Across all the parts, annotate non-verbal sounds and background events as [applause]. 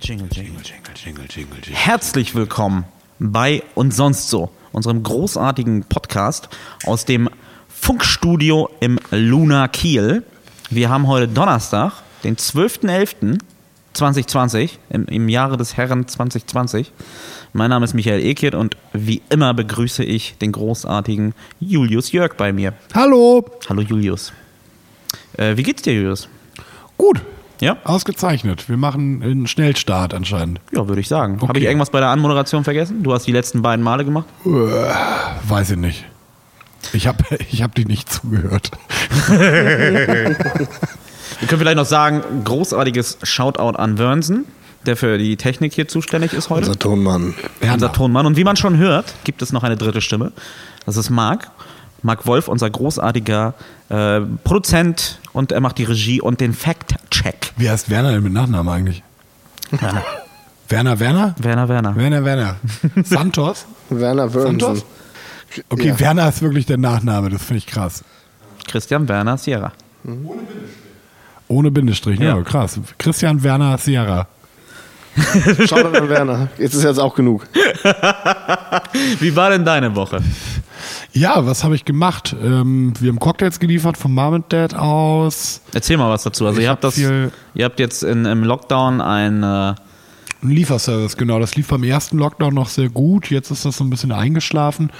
Jingle, jingle, jingle, jingle, jingle, jingle. Herzlich willkommen bei und sonst so, unserem großartigen Podcast aus dem Funkstudio im Luna Kiel. Wir haben heute Donnerstag, den 12.11.2020, im, im Jahre des Herren 2020. Mein Name ist Michael Ekiert und wie immer begrüße ich den großartigen Julius Jörg bei mir. Hallo. Hallo Julius. Äh, wie geht's dir, Julius? Gut. Ja? Ah, Ausgezeichnet. Wir machen einen Schnellstart anscheinend. Ja, würde ich sagen. Habe Okay. ich irgendwas bei der Anmoderation vergessen? Du hast die letzten beiden Male gemacht. Weiß ich nicht. Ich habe ich hab [laughs] dir nicht zugehört. Wir können vielleicht noch sagen, großartiges Shoutout an Wörnsen, der für die Technik hier zuständig ist heute. Unser Tonmann. unser Tonmann. Und wie man schon hört, gibt es noch eine dritte Stimme. Das ist Marc. Marc Wolf, unser großartiger äh, Produzent und er macht die Regie und den Fact-Check. Wie heißt Werner denn mit Nachnamen eigentlich? Werner, Werner, Werner? Werner. Werner. Werner, Werner. Santos? Werner Wörnsen. Santos? Okay, Ja. Werner ist wirklich der Nachname. Das finde ich krass. Christian Werner Sierra. Ohne Bindestrich. Ja. Ja. krass. Christian Werner Sierra. [laughs] Schau doch an Werner. Jetzt ist jetzt auch genug. Wie war denn deine Woche? Ja, was habe ich gemacht? Ähm, wir haben Cocktails geliefert von Mom und Dad aus. Erzähl mal was dazu. Also Ich ihr hab habt das, viel- ihr habt jetzt in, im Lockdown ein äh, Ein Lieferservice, genau. Das lief beim ersten Lockdown noch sehr gut. Jetzt ist das so ein bisschen eingeschlafen.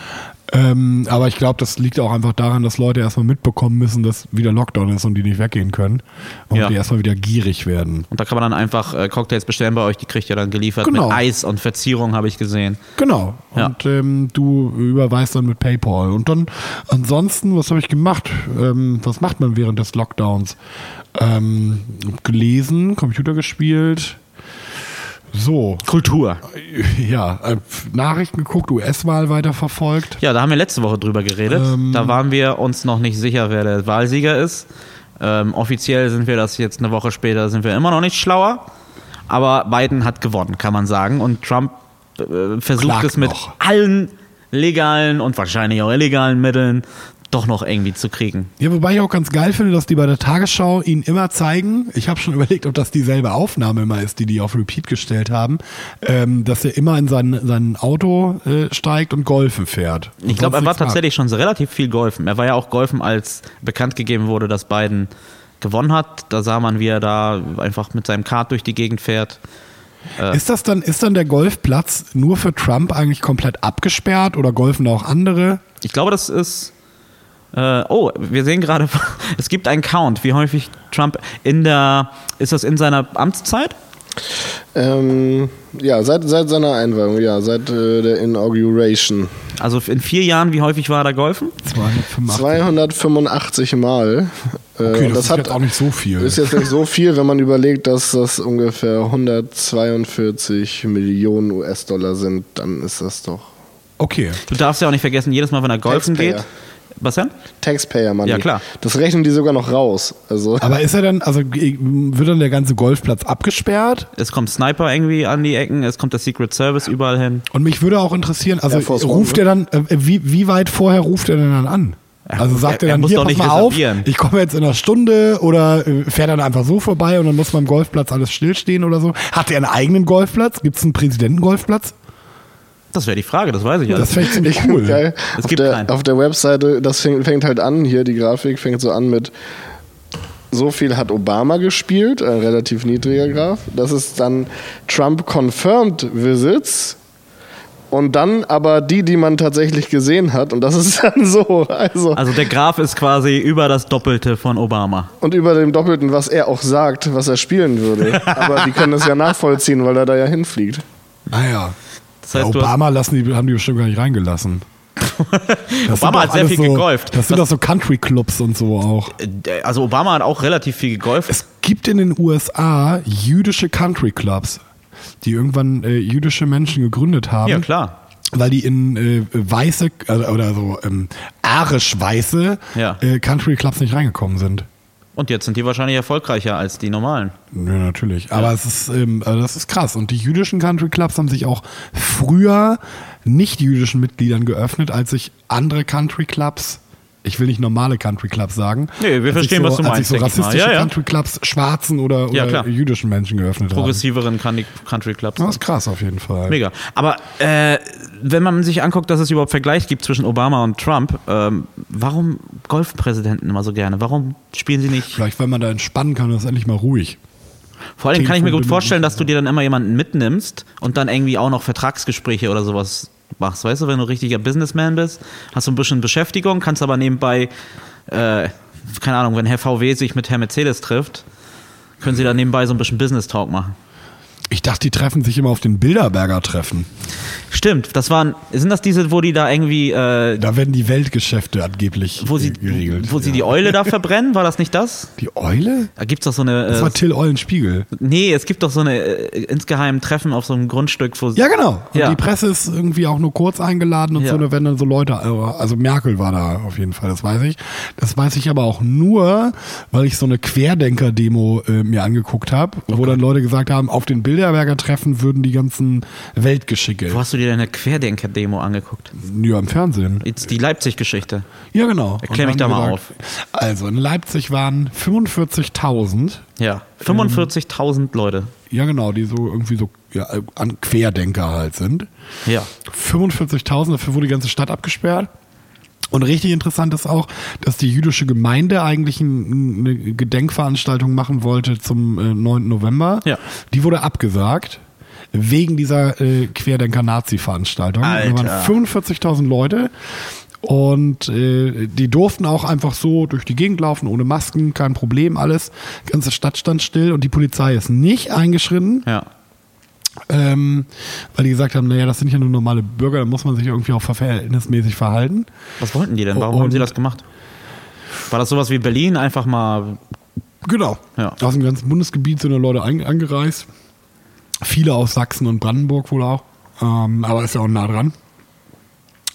Ähm, aber ich glaube, das liegt auch einfach daran, dass Leute erstmal mitbekommen müssen, dass wieder Lockdown ist und die nicht weggehen können. Und Ja. die erstmal wieder gierig werden. Und da kann man dann einfach äh, Cocktails bestellen bei euch, die kriegt ihr dann geliefert Genau. mit Eis und Verzierung, habe ich gesehen. Genau. Ja. Und ähm, du überweist dann mit PayPal. Und dann ansonsten, was habe ich gemacht? Ähm, was macht man während des Lockdowns? Ähm, gelesen, Computer gespielt. So, Kultur. ja, äh, Nachrichten geguckt, US-Wahl weiterverfolgt. Ja, da haben wir letzte Woche drüber geredet. Ähm. Da waren wir uns noch nicht sicher, wer der Wahlsieger ist. Ähm, offiziell sind wir das jetzt eine Woche später, sind wir immer noch nicht schlauer. Aber Biden hat gewonnen, kann man sagen. Und Trump äh, versucht Klagt es mit noch. allen legalen und wahrscheinlich auch illegalen Mitteln doch noch irgendwie zu kriegen. Ja, wobei ich auch ganz geil finde, dass die bei der Tagesschau ihn immer zeigen. Ich habe schon [laughs] überlegt, ob das dieselbe Aufnahme immer ist, die die auf Repeat gestellt haben, ähm, dass er immer in sein, sein Auto äh, steigt und Golfen fährt. Und Ich glaube, er sonst war nichts macht. tatsächlich schon relativ viel golfen. Er war ja auch golfen, als bekannt gegeben wurde, dass Biden gewonnen hat. Da sah man, wie er da einfach mit seinem Kart durch die Gegend fährt. Ist das dann, ist dann der Golfplatz nur für Trump eigentlich komplett abgesperrt oder golfen da auch andere? Ich glaube, das ist. Äh, oh, wir sehen gerade, [laughs] es gibt einen Count, wie häufig Trump in der. Ist das in seiner Amtszeit? Ähm, ja, seit, seit seiner Einweihung, ja, seit äh, der Inauguration. Also in vier Jahren, wie häufig war er da golfen? 285. 285 Mal. Äh, Okay, und das, ist jetzt auch nicht so viel. ist jetzt nicht so viel, wenn man überlegt, dass das ungefähr 142 Millionen US-Dollar sind, dann ist das doch okay. Du darfst ja auch nicht vergessen, jedes Mal, wenn er golfen Taxpayer. geht. Bastian? Taxpayer Money. Ja, klar. Das rechnen die sogar noch raus. Also Aber ist er dann, also äh, wird dann der ganze Golfplatz abgesperrt? Es kommt Sniper irgendwie an die Ecken, es kommt der Secret Service überall hin. Und mich würde auch interessieren, also Air Force One, ruft er dann, äh, wie, wie weit vorher ruft er denn dann an? Also sagt er- er er, dann, muss hier, doch pass nicht mal auf, reservieren. ich komme jetzt in einer Stunde oder äh, fährt dann einfach so vorbei und dann muss beim Golfplatz alles stillstehen oder so. Hat er einen eigenen Golfplatz? Gibt es einen Präsidentengolfplatz? Das wäre die Frage, das weiß ich ja. Das [laughs] fände ich ziemlich cool. Geil. Es auf, gibt der, keinen. auf der Webseite, das fängt, fängt halt an, hier die Grafik fängt so an mit so viel hat Obama gespielt, ein relativ niedriger Graph. Das ist dann Trump confirmed Visits. Und dann aber die, die man tatsächlich gesehen hat. Und das ist [laughs] dann so. Also, Also der Graf ist quasi über das Doppelte von Obama. und über dem Doppelten, was er auch sagt, was er spielen [laughs] würde. Aber die können das ja nachvollziehen, weil er da ja hinfliegt. Naja. Das heißt, du hast, Obama lassen die, haben die bestimmt gar nicht reingelassen. Das [laughs] sind Obama doch hat sehr alles viel so, gegolft. Das sind doch so Country-Clubs und so auch. also Obama hat auch relativ viel gegolft. Es gibt in den USA jüdische Country-Clubs, die irgendwann äh, jüdische Menschen gegründet haben. Ja, klar. weil die in äh, weiße äh, oder so ähm, arisch weiße Ja. äh, Country Clubs nicht reingekommen sind. Und jetzt sind die wahrscheinlich erfolgreicher als die normalen. Nö, natürlich. Aber es ist, ähm, also das ist krass. Und die jüdischen Country Clubs haben sich auch früher nicht jüdischen Mitgliedern geöffnet, als sich andere Country Clubs ich will nicht normale Country Clubs sagen. Nee, wir als verstehen, ich so, was du als meinst, Ich so denke ich mal. rassistische Ja, ja. Country Clubs schwarzen oder, Ja, oder klar. jüdischen Menschen geöffnet haben. Progressiveren Country- Country Clubs. Das ist krass auf jeden Fall. Mega. Aber äh, wenn man sich anguckt, dass es überhaupt Vergleich gibt zwischen Obama und Trump, ähm, warum Golfpräsidenten immer so gerne? Warum spielen sie nicht? Vielleicht, weil man da entspannen kann, das ist endlich mal ruhig. Vor allem kann ich mir gut Telefonverbindung vorstellen, dass du dir dann immer jemanden mitnimmst und dann irgendwie auch noch Vertragsgespräche oder sowas machst. Weißt du, wenn du richtiger Businessman bist, hast du ein bisschen Beschäftigung, kannst aber nebenbei, äh, keine Ahnung, wenn Herr VW sich mit Herr Mercedes trifft, können sie dann nebenbei so ein bisschen Business Talk machen. Ich dachte, die treffen sich immer auf den Bilderberger Treffen. Stimmt, das waren, sind das diese, wo die da irgendwie, äh, Da werden die Weltgeschäfte angeblich wo sie, äh, geregelt. wo sie ja. die Eule da verbrennen? War das nicht das? Die Eule? Da gibt's doch so eine. Das Äh, war Till Eulenspiegel. nee, es gibt doch so eine äh, insgeheim Treffen auf so einem Grundstück, wo Ja, genau. Und Ja. die Presse ist irgendwie auch nur kurz eingeladen und Ja. so, da werden dann so Leute, also Merkel war da auf jeden Fall, das weiß ich. Das weiß ich aber auch nur, weil ich so eine Querdenker-Demo äh, mir angeguckt habe, Oh wo dann Leute gesagt haben, auf den Bilderberger Treffen würden die ganzen Weltgeschicke. Wo hast du dir deine Querdenker-Demo angeguckt? Ja, im Fernsehen. Jetzt die Leipzig-Geschichte. Ja, genau. Erklär Und mich da haben mal Also in Leipzig waren 45.000 Ja. 45.000 Leute. Ja, genau, die so irgendwie so ja, an Querdenker halt sind. Ja. 45.000, dafür wurde die ganze Stadt abgesperrt. Und richtig interessant ist auch, dass die jüdische Gemeinde eigentlich ein, eine Gedenkveranstaltung machen wollte zum äh, 9. November. Ja. Die wurde abgesagt. Wegen dieser äh, Querdenker-Nazi-Veranstaltung. Da waren Alter. 45.000 Leute. Und äh, die durften auch einfach so durch die Gegend laufen, ohne Masken, kein Problem, alles. Die ganze Stadt stand still und die Polizei ist nicht eingeschritten. Ja. Ähm, weil die gesagt haben, naja, das sind ja nur normale Bürger, da muss man sich irgendwie auch verhältnismäßig verhalten. Was wollten die denn? Warum Oh, Und- haben sie das gemacht? War das sowas wie Berlin? Einfach mal. Genau. Ja. Aus dem ganzen Bundesgebiet sind da Leute ein- angereist. Viele aus Sachsen und Brandenburg wohl auch. Ähm, aber ist ja auch nah dran.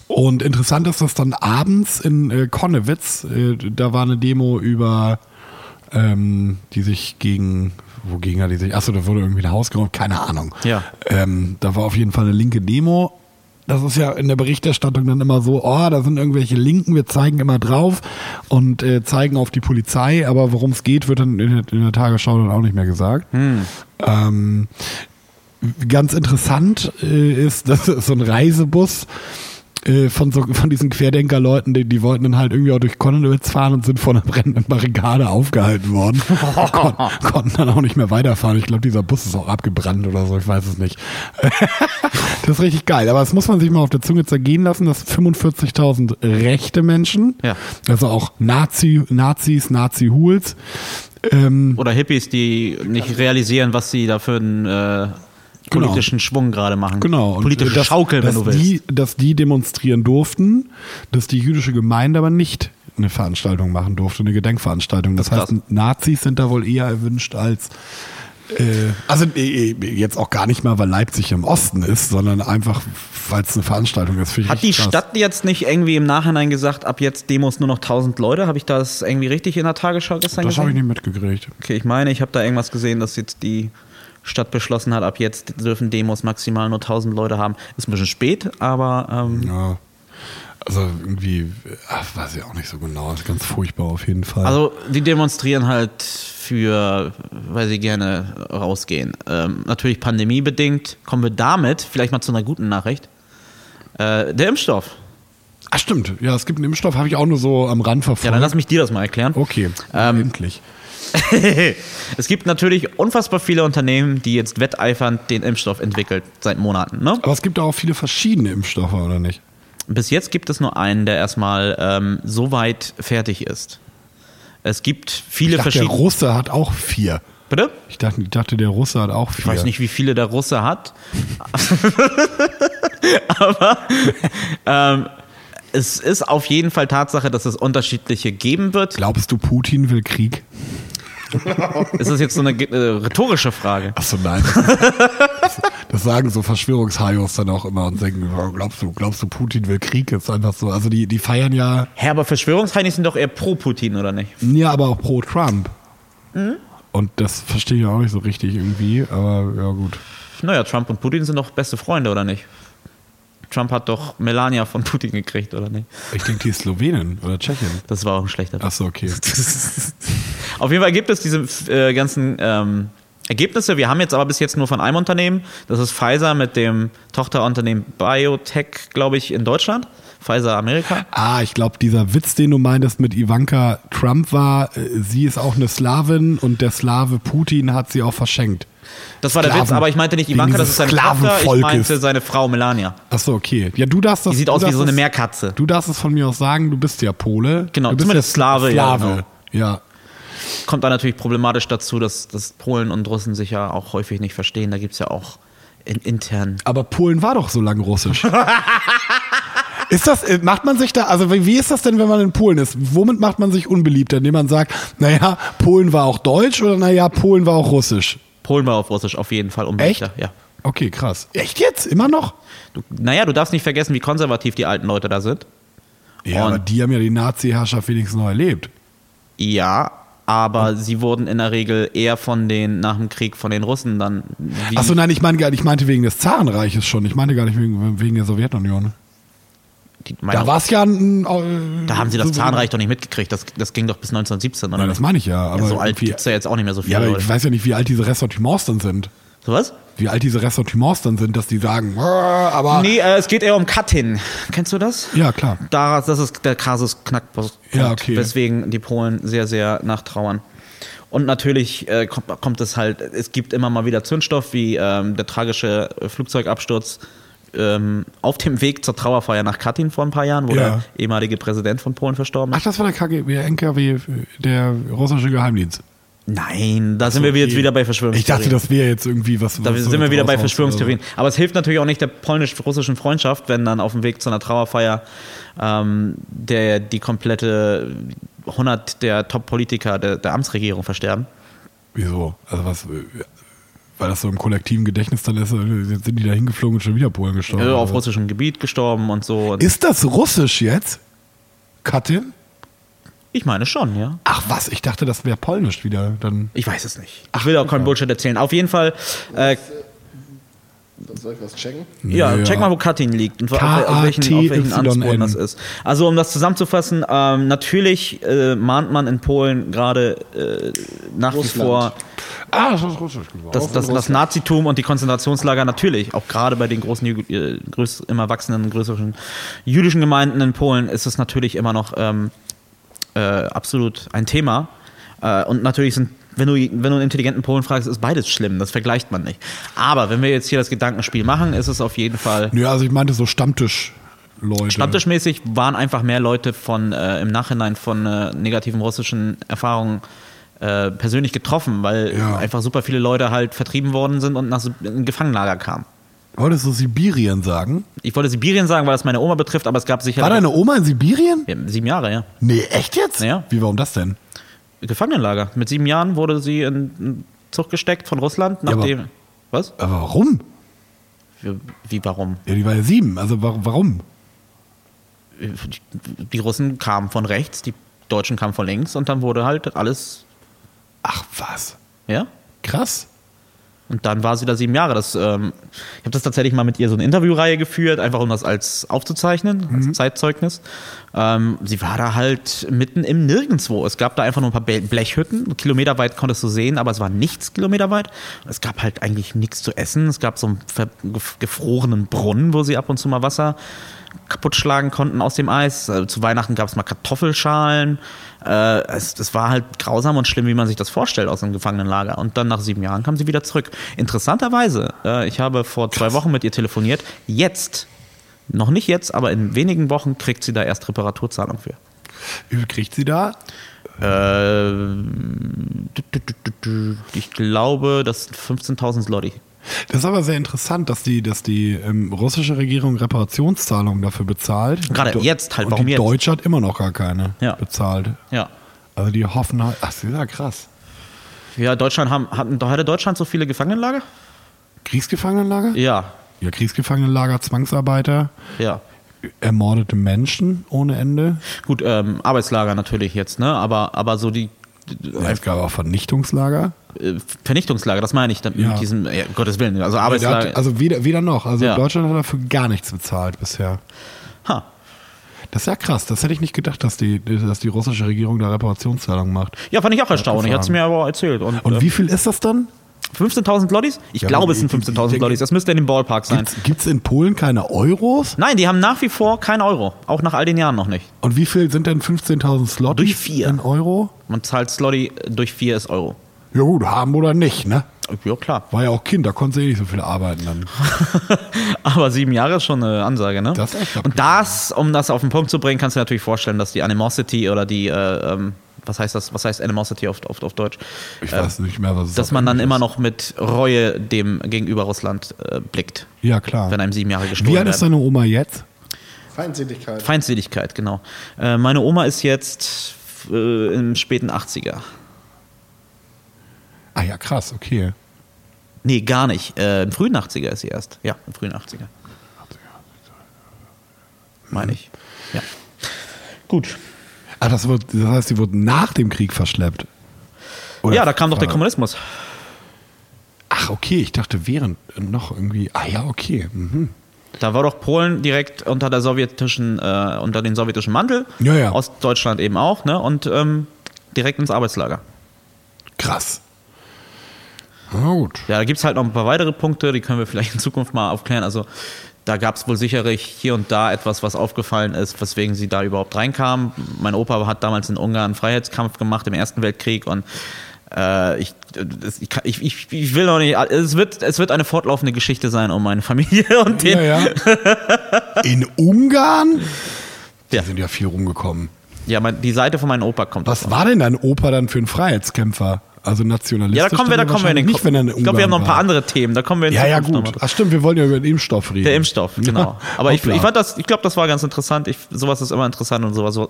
Und interessant ist, dass dann abends in äh, Konnewitz, äh, da war eine Demo über, ähm, die sich gegen, wogegen hat die sich, achso, da wurde irgendwie ein Haus geräumt, keine Ahnung. Ja. Ähm, da war auf jeden Fall eine linke Demo. Das ist ja in der Berichterstattung dann immer so, oh, da sind irgendwelche Linken, wir zeigen immer drauf und äh, zeigen auf die Polizei, aber worum es geht, wird dann in der, in der Tagesschau dann auch nicht mehr gesagt. Ähm, ganz interessant äh, ist, [laughs] dass so ein Reisebus äh, von, so, von diesen Querdenker-Leuten, die, die wollten dann halt irgendwie auch durch Konnewitz fahren und sind vor einer brennenden Barrikade aufgehalten worden. Kon konnten dann auch nicht mehr weiterfahren. Ich glaube, dieser Bus ist auch abgebrannt oder so, ich weiß es nicht. [laughs] das ist richtig geil. Aber das muss man sich mal auf der Zunge zergehen lassen, dass 45.000 rechte Menschen, Ja. also auch Nazi, Nazis, Nazi-Hools, ähm, Oder Hippies, die nicht realisieren, was sie da für einen äh, Genau. politischen Schwung gerade machen. Genau. und, Politische äh, dass- Schaukel, wenn dass du willst. Die, dass die demonstrieren durften, dass die jüdische Gemeinde aber nicht eine Veranstaltung machen durfte, eine Gedenkveranstaltung. Das, Das ist heißt, Nazis sind da wohl eher erwünscht als äh, also äh, äh, jetzt auch gar nicht mal, weil Leipzig im Osten ist, sondern einfach, weil es eine Veranstaltung ist. Finde ich Hat die richtig krass. Stadt jetzt nicht irgendwie im Nachhinein gesagt, ab jetzt Demos nur noch 1000 Leute? Habe ich das irgendwie richtig in der Tagesschau gestern Das gesehen? habe ich nicht mitgekriegt. Okay, ich meine, ich habe da irgendwas gesehen, dass jetzt die Stadt beschlossen hat, ab jetzt dürfen Demos maximal nur 1000 Leute haben. Ist ein bisschen spät, aber ähm, Ja. Also irgendwie, ach, weiß ich auch nicht so genau. Ist ganz furchtbar auf jeden Fall. also die demonstrieren halt für, weil sie gerne rausgehen. Ähm, natürlich pandemiebedingt kommen wir damit vielleicht mal zu einer guten Nachricht. Äh, der Impfstoff. ach stimmt, ja, es gibt einen Impfstoff, habe ich auch nur so am Rand verfolgt. Ja, dann lass mich dir das mal erklären. Okay, Ähm, endlich. [laughs] es gibt natürlich unfassbar viele Unternehmen, die jetzt wetteifernd den Impfstoff entwickelt seit Monaten. Ne? Aber es gibt auch viele verschiedene Impfstoffe, oder nicht? Bis jetzt gibt es nur einen, der erstmal ähm, so weit fertig ist. Es gibt viele Ich dachte, der verschiedene. Russe hat auch vier. Bitte? Ich dachte, ich dachte, der Russe hat auch vier. Ich weiß nicht, wie viele der Russe [laughs] hat. Aber ähm, es ist auf jeden Fall Tatsache, dass es unterschiedliche geben wird. Glaubst du, Putin will Krieg? Ist das jetzt so eine äh, rhetorische Frage? Achso, [laughs] nein. Das, das sagen so Verschwörungshajos dann auch immer und denken, ja, glaubst du, glaubst du, Putin will Krieg? Ist einfach so. Also die, die feiern ja, Hä, aber Verschwörungsheinis sind doch eher pro Putin, oder nicht? ja, aber auch pro Trump. Und das verstehe ich auch nicht so richtig irgendwie, aber ja gut. Naja, Trump und Putin sind doch beste Freunde, oder nicht? Trump hat doch Melania von Putin gekriegt, oder nicht? Ich denke, die ist Slowenin oder Tschechien. Das war auch ein schlechter Witz. Achso, okay. Auf jeden Fall gibt es diese äh, ganzen ähm, Ergebnisse. Wir haben jetzt aber bis jetzt nur von einem Unternehmen. Das ist Pfizer mit dem Tochterunternehmen Biotech, glaube ich, in Deutschland. Pfizer Amerika. Ah, ich glaube, dieser Witz, den du meintest mit Ivanka Trump war, äh, sie ist auch eine Slawin und der Slave Putin hat sie auch verschenkt. Das war der Sklaven- Witz, aber ich meinte nicht Ivanka, wegen das ist seine dieses Tochter. Ich Sklavenvolkes. meinte seine Frau Melania. Achso, okay. Ja, du darfst das. Die sieht du aus wie darfst so eine das- Meerkatze. Du darfst es von mir aus sagen, du bist ja Pole. Genau, du bist zumindest Slave, ja, genau. Slave. ja. Kommt da natürlich problematisch dazu, dass, dass Polen und Russen sich ja auch häufig nicht verstehen. Da gibt es ja auch in, intern. Aber Polen war doch so lange russisch. [laughs] Ist das, äh, macht man sich da, also wie wie ist das denn, wenn man in Polen ist? Womit macht man sich unbeliebt? Indem man sagt, naja, Polen war auch deutsch oder naja, Polen war auch russisch? Polen war auf Russisch auf jeden Fall Echt? unbeliebter. Ja. Okay, krass. Echt jetzt? Immer noch? Du, naja, du darfst nicht vergessen, wie konservativ die alten Leute da sind. Ja, Und- aber die haben ja die Nazi-Herrschaft wenigstens noch erlebt. Ja, Hm. aber sie wurden in der Regel eher von den, nach dem Krieg von den Russen dann. Wie, Achso, nein, ich, meine, gar- ich meinte wegen des Zarenreiches schon. Ich meinte gar nicht wegen, wegen der Sowjetunion. ne? die, Da meine, war es ja ein. äh, da haben sie das souverän- Zahnreich doch nicht mitgekriegt. Das, das ging doch bis 1917, oder? Nein, das meine ich ja. Aber ja, so alt irgendwie- gibt es ja jetzt auch nicht mehr so ja, viele aber ich Leute. weiß ja nicht, wie alt diese Ressortiments dann sind. So was? Wie alt diese Ressortiments dann sind, dass die sagen, "Ah, aber. Nee, äh, es geht eher um Katyn. Kennst du das? Ja, klar. Daraus, das ist der Kasus Knackpunkt, Ja, okay. weswegen die Polen sehr, sehr nachtrauern. Und natürlich äh, kommt, kommt es halt, es gibt immer mal wieder Zündstoff, wie ähm, der tragische Flugzeugabsturz ähm, auf dem Weg zur Trauerfeier nach Katyn vor ein paar Jahren, wo Ja. der ehemalige Präsident von Polen verstorben Ach, ist. das war der KGB, der NKW, der russische Geheimdienst. Nein, da sind wir jetzt Okay. wieder bei Verschwörungstheorien. Ich dachte, das wäre jetzt also irgendwie was. Da was sind wir wieder bei draus Verschwörungstheorien. Aber es hilft natürlich auch nicht der polnisch-russischen Freundschaft, wenn dann auf dem Weg zu einer Trauerfeier ähm, der, die komplette 100 der Top-Politiker der, der Amtsregierung versterben. Wieso? Also was? äh, Weil das so im kollektiven Gedächtnis dann ist, äh, jetzt sind die da hingeflogen und schon wieder Polen gestorben. Also auf Also- russischem Gebiet gestorben und so. Und Ist das russisch jetzt? Katyn? ich meine schon, ja. Ach was, ich dachte, das wäre polnisch wieder. Dann Ich weiß es nicht. Ich will auch keinen Bullshit erzählen. Auf jeden Fall, äh, Soll ich was checken? ja, Ja. check mal, wo Katyn liegt und auf, auf welchen, auf welchen K-A-T-Y-N. Amtsboden das ist. Also um das zusammenzufassen, ähm, natürlich äh, mahnt man in Polen gerade äh, nach wie Russland. vor Ah, das ist russisch geworden. Das, das, das Nazitum und die Konzentrationslager natürlich, auch gerade bei den großen, Jü- äh, größ, immer wachsenden, größeren jüdischen Gemeinden in Polen ist es natürlich immer noch ähm, äh, absolut ein Thema. Äh, und natürlich sind, wenn du, wenn du einen intelligenten Polen fragst, ist beides schlimm, das vergleicht man nicht. Aber wenn wir jetzt hier das Gedankenspiel machen, ist es auf jeden Fall. Nö, also ich meinte so Stammtisch-Leute. Stammtischmäßig waren einfach mehr Leute von äh, im Nachhinein von äh, negativen russischen Erfahrungen äh, persönlich getroffen, weil Ja. einfach super viele Leute halt vertrieben worden sind und nach Sib- in Gefangenlager kamen. Wolltest du Sibirien sagen? Ich wollte Sibirien sagen, weil das meine Oma betrifft, aber es gab sicher War deine Oma in Sibirien? Ja, sieben Jahre, ja. Nee, echt jetzt? Ja. Wie, warum das denn? Gefangenenlager. Mit sieben Jahren wurde sie in einen Zug gesteckt von Russland, aber- nachdem. was? Aber warum? Wie, wie warum? Ja, die war ja sieben. Also wa- warum? Die Russen kamen von rechts, die Deutschen kamen von links und dann wurde halt alles. Ach was. Ja? Krass. Und dann war sie da sieben Jahre. Das, ähm, ich habe das tatsächlich mal mit ihr so eine Interviewreihe geführt, einfach um das als aufzuzeichnen, als Zeitzeugnis. Ähm, sie war da halt mitten im Nirgendwo. Es gab da einfach nur ein paar Be- Blechhütten. Kilometerweit konntest du sehen, aber es war nichts kilometerweit. Es gab halt eigentlich nichts zu essen. Es gab so einen ver- gef- gefrorenen Brunnen, wo sie ab und zu mal Wasser kaputt schlagen konnten aus dem Eis. Äh, Zu Weihnachten gab es mal Kartoffelschalen. Äh, es, es war halt grausam und schlimm, wie man sich das vorstellt aus einem Gefangenenlager. Und dann nach sieben Jahren kam sie wieder zurück. Interessanterweise, äh, ich habe vor zwei Wochen mit ihr telefoniert. Jetzt, noch nicht jetzt, aber in wenigen Wochen kriegt sie da erst Reparaturzahlung für. Wie viel kriegt sie da? Ähm, du, du, du, du, du. ich glaube, das sind 15.000 Slotty. Das ist aber sehr interessant, dass die, dass die ähm, russische Regierung Reparationszahlungen dafür bezahlt. Gerade Und die- jetzt halt, Und warum die jetzt? Deutsche hat immer noch gar keine Ja. bezahlt. Ja. Also die hoffen halt. Ach, das ist ja krass. Ja, Deutschland haben, hatten, hatte Deutschland so viele Gefangenenlager? Kriegsgefangenenlager? Ja. Ja, Kriegsgefangenenlager, Zwangsarbeiter, Ja. ermordete Menschen ohne Ende. Gut, ähm, Arbeitslager natürlich jetzt, ne? Aber, aber so die. Es gab auch Vernichtungslager. äh, Vernichtungslager, das meine ich damit, Ja. mit diesem, ja, Gottes Willen, also Der Arbeitslager. hat, also weder, weder noch. Also Ja. Deutschland hat dafür gar nichts bezahlt bisher. ha. Das ist ja krass. Das hätte ich nicht gedacht, dass die, dass die russische Regierung da Reparationszahlungen macht. Ja, fand ich auch erstaunlich, hat es Abgefahren. mir aber erzählt. Und, Und äh, wie viel ist das dann? 15.000 Lottis? Ich Ja, glaube, aber es sind die- die- 15.000 die- Lottis, das müsste in dem Ballpark sein. Gibt es in Polen keine Euros? Nein, die haben nach wie vor keinen Euro, auch nach all den Jahren noch nicht. Und wie viel sind denn 15.000 Slot Durch vier. in Euro? Man zahlt Slotty durch 4 ist Euro. Ja gut, haben oder nicht, ne? Ja, klar. War ja auch Kind, da konnte sie eh nicht so viel arbeiten dann. [laughs] Aber sieben Jahre ist schon eine Ansage, ne? Das ist echt Und das, um das auf den Punkt zu bringen, kannst du dir natürlich vorstellen, dass die Animosity oder die, äh, ähm, was heißt das, was heißt Animosity auf, auf, auf Deutsch? Ich Äh, weiß nicht mehr, was es Dass auf man dann Englisch immer ist. noch mit Reue dem gegenüber Russland äh, blickt, Ja, klar. wenn einem sieben Jahre Wie gestohlen alt ist werden. deine Oma jetzt? Feindseligkeit. Feindseligkeit, genau. Äh, meine Oma ist jetzt äh, im späten 80er. Ah ja, krass, okay. Nee, gar nicht. Äh, Im frühen 80er ist sie erst. Ja, im frühen 80er. Meine ich. Ja. Gut. Ah, das, wird, das heißt, sie wurde nach dem Krieg verschleppt. Oder ja, da kam doch der war- Kommunismus. Ach, okay, ich dachte während noch irgendwie. Ah ja, okay. Mhm. Da war doch Polen direkt unter der sowjetischen, äh, unter den sowjetischen Mantel. Ja, ja. Aus Deutschland eben auch, ne? Und ähm, direkt ins Arbeitslager. Krass. Na gut. Ja, da gibt es halt noch ein paar weitere Punkte, die können wir vielleicht in Zukunft mal aufklären. Also da gab es wohl sicherlich hier und da etwas, was aufgefallen ist, weswegen sie da überhaupt reinkamen. Mein Opa hat damals in Ungarn einen Freiheitskampf gemacht im Ersten Weltkrieg und äh, ich, das- ich, kann- ich, ich, ich will noch nicht, es wird, es wird eine fortlaufende Geschichte sein um meine Familie [laughs] und den. Ja, ja. In Ungarn? Die Ja. sind ja viel rumgekommen. Ja, mein, die Seite von meinem Opa kommt. Was war denn dein Opa dann für ein Freiheitskämpfer? Also Nationalist? Ja, da kommen wir, da kommen wir in den Nicht, wenn er in Ich glaube, wir haben noch ein paar Ungarn war. andere Themen. Da kommen wir in Ja, ja, Zukunft noch mal gut. drauf. Ach stimmt, wir wollen ja über den Impfstoff reden. Der Impfstoff, genau. Aber ich, hoppla. ich fand das, ich glaube, das war ganz interessant. Ich, sowas ist immer interessant und sowas, so-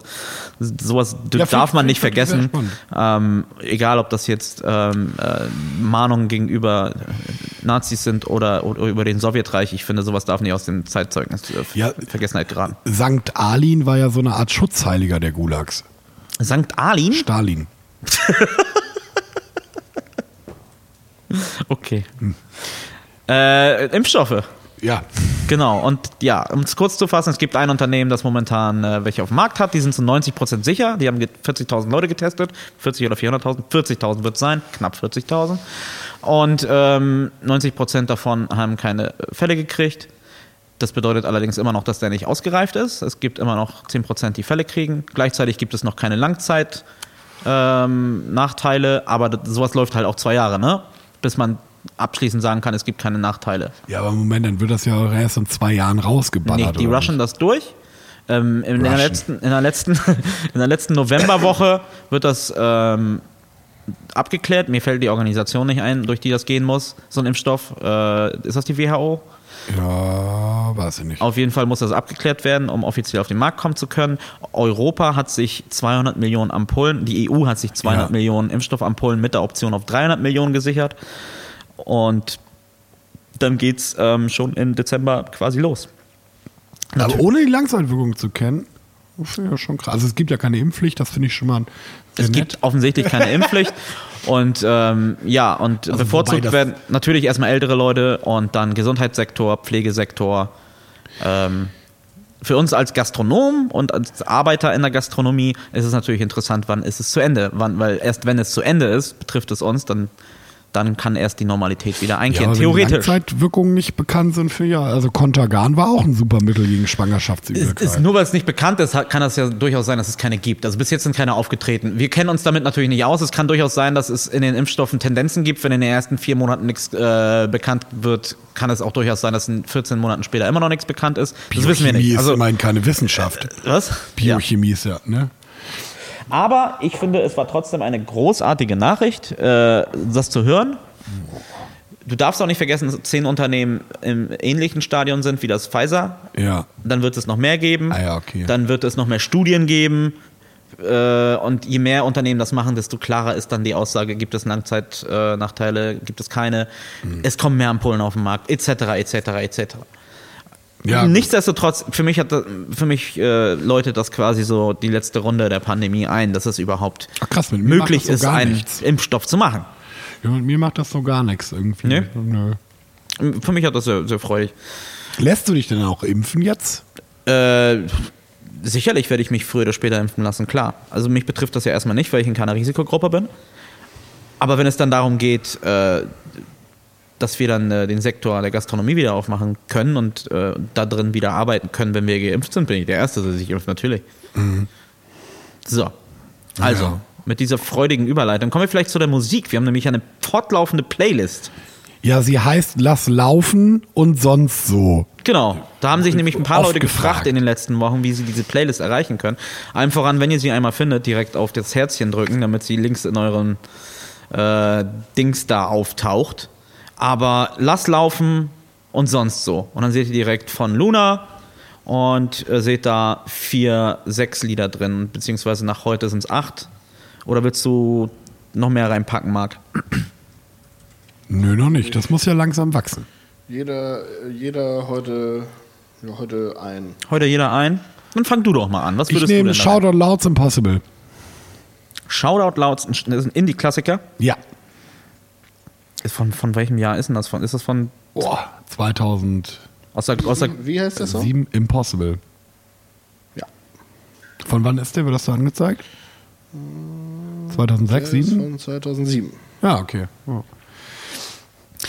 sowas d- Ja, darf find- man nicht find- find ich vergessen. sehr Ähm, egal, ob das jetzt ähm, äh, Mahnungen gegenüber äh, Nazis sind oder, oder über den Sowjetreich. Ich finde, sowas darf nicht aus den Zeitzeugnis äh, Ja. Vergessenheit geraten. Sankt Alin war ja so eine Art Schutzheiliger der Gulags. Sankt Alin? Stalin. Okay. Äh, Impfstoffe. Ja. Genau, und ja, um es kurz zu fassen, es gibt ein Unternehmen, das momentan äh, welche auf dem Markt hat, die sind zu 90% sicher, die haben ge- 40.000 Leute getestet, 40 oder 400.000, 40.000 wird es sein, knapp 40.000. Und ähm, 90% davon haben keine äh, Fälle gekriegt. Das bedeutet allerdings immer noch, dass der nicht ausgereift ist. Es gibt immer noch 10%, die Fälle kriegen. Gleichzeitig gibt es noch keine Langzeit ähm, Nachteile, aber das, sowas läuft halt auch zwei Jahre, ne? bis man abschließend sagen kann, es gibt keine Nachteile. Ja, aber Moment, dann wird das ja auch erst in zwei Jahren rausgeballert. Nee, die oder rushen das durch. Ähm, in, der Rushen. letzten, in, der letzten, [laughs] in der letzten Novemberwoche wird das ähm, abgeklärt. Mir fällt die Organisation nicht ein, durch die das gehen muss, so ein Impfstoff. Äh, ist das die WHO? nicht? Ja, weiß ich nicht. Auf jeden Fall muss das abgeklärt werden, um offiziell auf den Markt kommen zu können. Europa hat sich 200 Millionen Ampullen, die EU hat sich 200 Ja. Millionen Impfstoffampullen mit der Option auf 300 Millionen gesichert. Und dann geht es ähm, schon im Dezember quasi los. aber ohne die Langzeitwirkung zu kennen, ist ja schon krass. Also es gibt ja keine Impfpflicht, das finde ich schon mal ein- sehr Es gibt offensichtlich [laughs] keine Impfpflicht. Und ähm, ja, und Also wobei bevorzugt das- werden natürlich erstmal ältere Leute und dann Gesundheitssektor, Pflegesektor. Ähm, für uns als Gastronom und als Arbeiter in der Gastronomie ist es natürlich interessant, wann ist es zu Ende. Wann, weil erst wenn es zu Ende ist, betrifft es uns, dann, dann kann erst die Normalität wieder Ja, einkehren. aber wenn Theoretisch. Langzeitwirkungen nicht bekannt sind für ja. Also Kontergan war auch ein super Mittel gegen Ist, ist Schwangerschaftsübergreifung. nur weil es nicht bekannt ist, hat- kann das ja durchaus sein, dass es keine gibt. Also bis jetzt sind keine aufgetreten. Wir kennen uns damit natürlich nicht aus. Es kann durchaus sein, dass es in den Impfstoffen Tendenzen gibt. Wenn in den ersten vier Monaten nichts äh, bekannt wird, kann es auch durchaus sein, dass in 14 Monaten später immer noch nichts bekannt ist. Das wissen wir nicht. ist Also, äh, immerhin keine Wissenschaft. was? Ja. Biochemie ist ja, ne? Aber ich finde, es war trotzdem eine großartige Nachricht, äh, das zu hören. Du darfst auch nicht vergessen, dass zehn Unternehmen im ähnlichen Stadion sind wie das Pfizer Ja. dann wird es noch mehr geben. Ah ja, okay. Dann wird es noch mehr Studien geben. Äh, Und je mehr Unternehmen das machen, desto klarer ist dann die Aussage, gibt es Langzeitnachteile, äh, Nachteile, gibt es keine, Hm. es kommen mehr Ampullen auf den Markt, etc., etc., etc. ja Nichtsdestotrotz, für mich, hat, das- für mich äh, läutet das quasi so die letzte Runde der Pandemie ein, dass es überhaupt Ach, krass, mit mir macht möglich das so ist, gar einen nichts. Impfstoff zu machen. Ja, mit mir macht das so gar nichts irgendwie. Nee? Nö. Für mich hat das sehr, sehr freudig. Lässt du dich denn auch impfen jetzt? Äh, sicherlich werde ich mich früher oder später impfen lassen, klar. Also mich betrifft das ja erstmal nicht, weil ich in keiner Risikogruppe bin. Aber wenn es dann darum geht, äh, dass wir dann äh, den Sektor der Gastronomie wieder aufmachen können und äh, da drin wieder arbeiten können, wenn wir geimpft sind, bin ich der Erste, der sich impft, natürlich. So, also Ja. mit dieser freudigen Überleitung kommen wir vielleicht zu der Musik. Wir haben nämlich eine fortlaufende Playlist. Ja, sie heißt Lass laufen und sonst so. Genau. Da haben sich nämlich ein paar Oft Leute gefragt. gefragt. in den letzten Wochen, wie sie diese Playlist erreichen können. Allen voran, wenn ihr sie einmal findet, direkt auf das Herzchen drücken, damit sie links in euren äh, Dings da auftaucht. Aber lass laufen und sonst so. Und dann seht ihr direkt von Luna und äh, seht da vier, sechs Lieder drin, beziehungsweise nach heute sind es acht. Oder willst du noch mehr reinpacken, Marc? Nö, noch nicht. Das muss ja langsam wachsen. Jeder, jeder heute, ja, heute ein. Heute jeder ein. Dann fang du doch mal an. Was Ich würdest du nehme denn da rein- Shout Out Louds Impossible. Shoutout Louds, das ist ein Indie-Klassiker. Ja. Ist Von, von welchem Jahr ist denn das? Von, ist das von. Boah, 2007 Aus der, aus der, Wie, wie heißt das so? Impossible. Ja. Von wann ist der? Wird das da angezeigt? 2006, Das ist 2007? Äh, Von 2007. Ja, okay. Oh,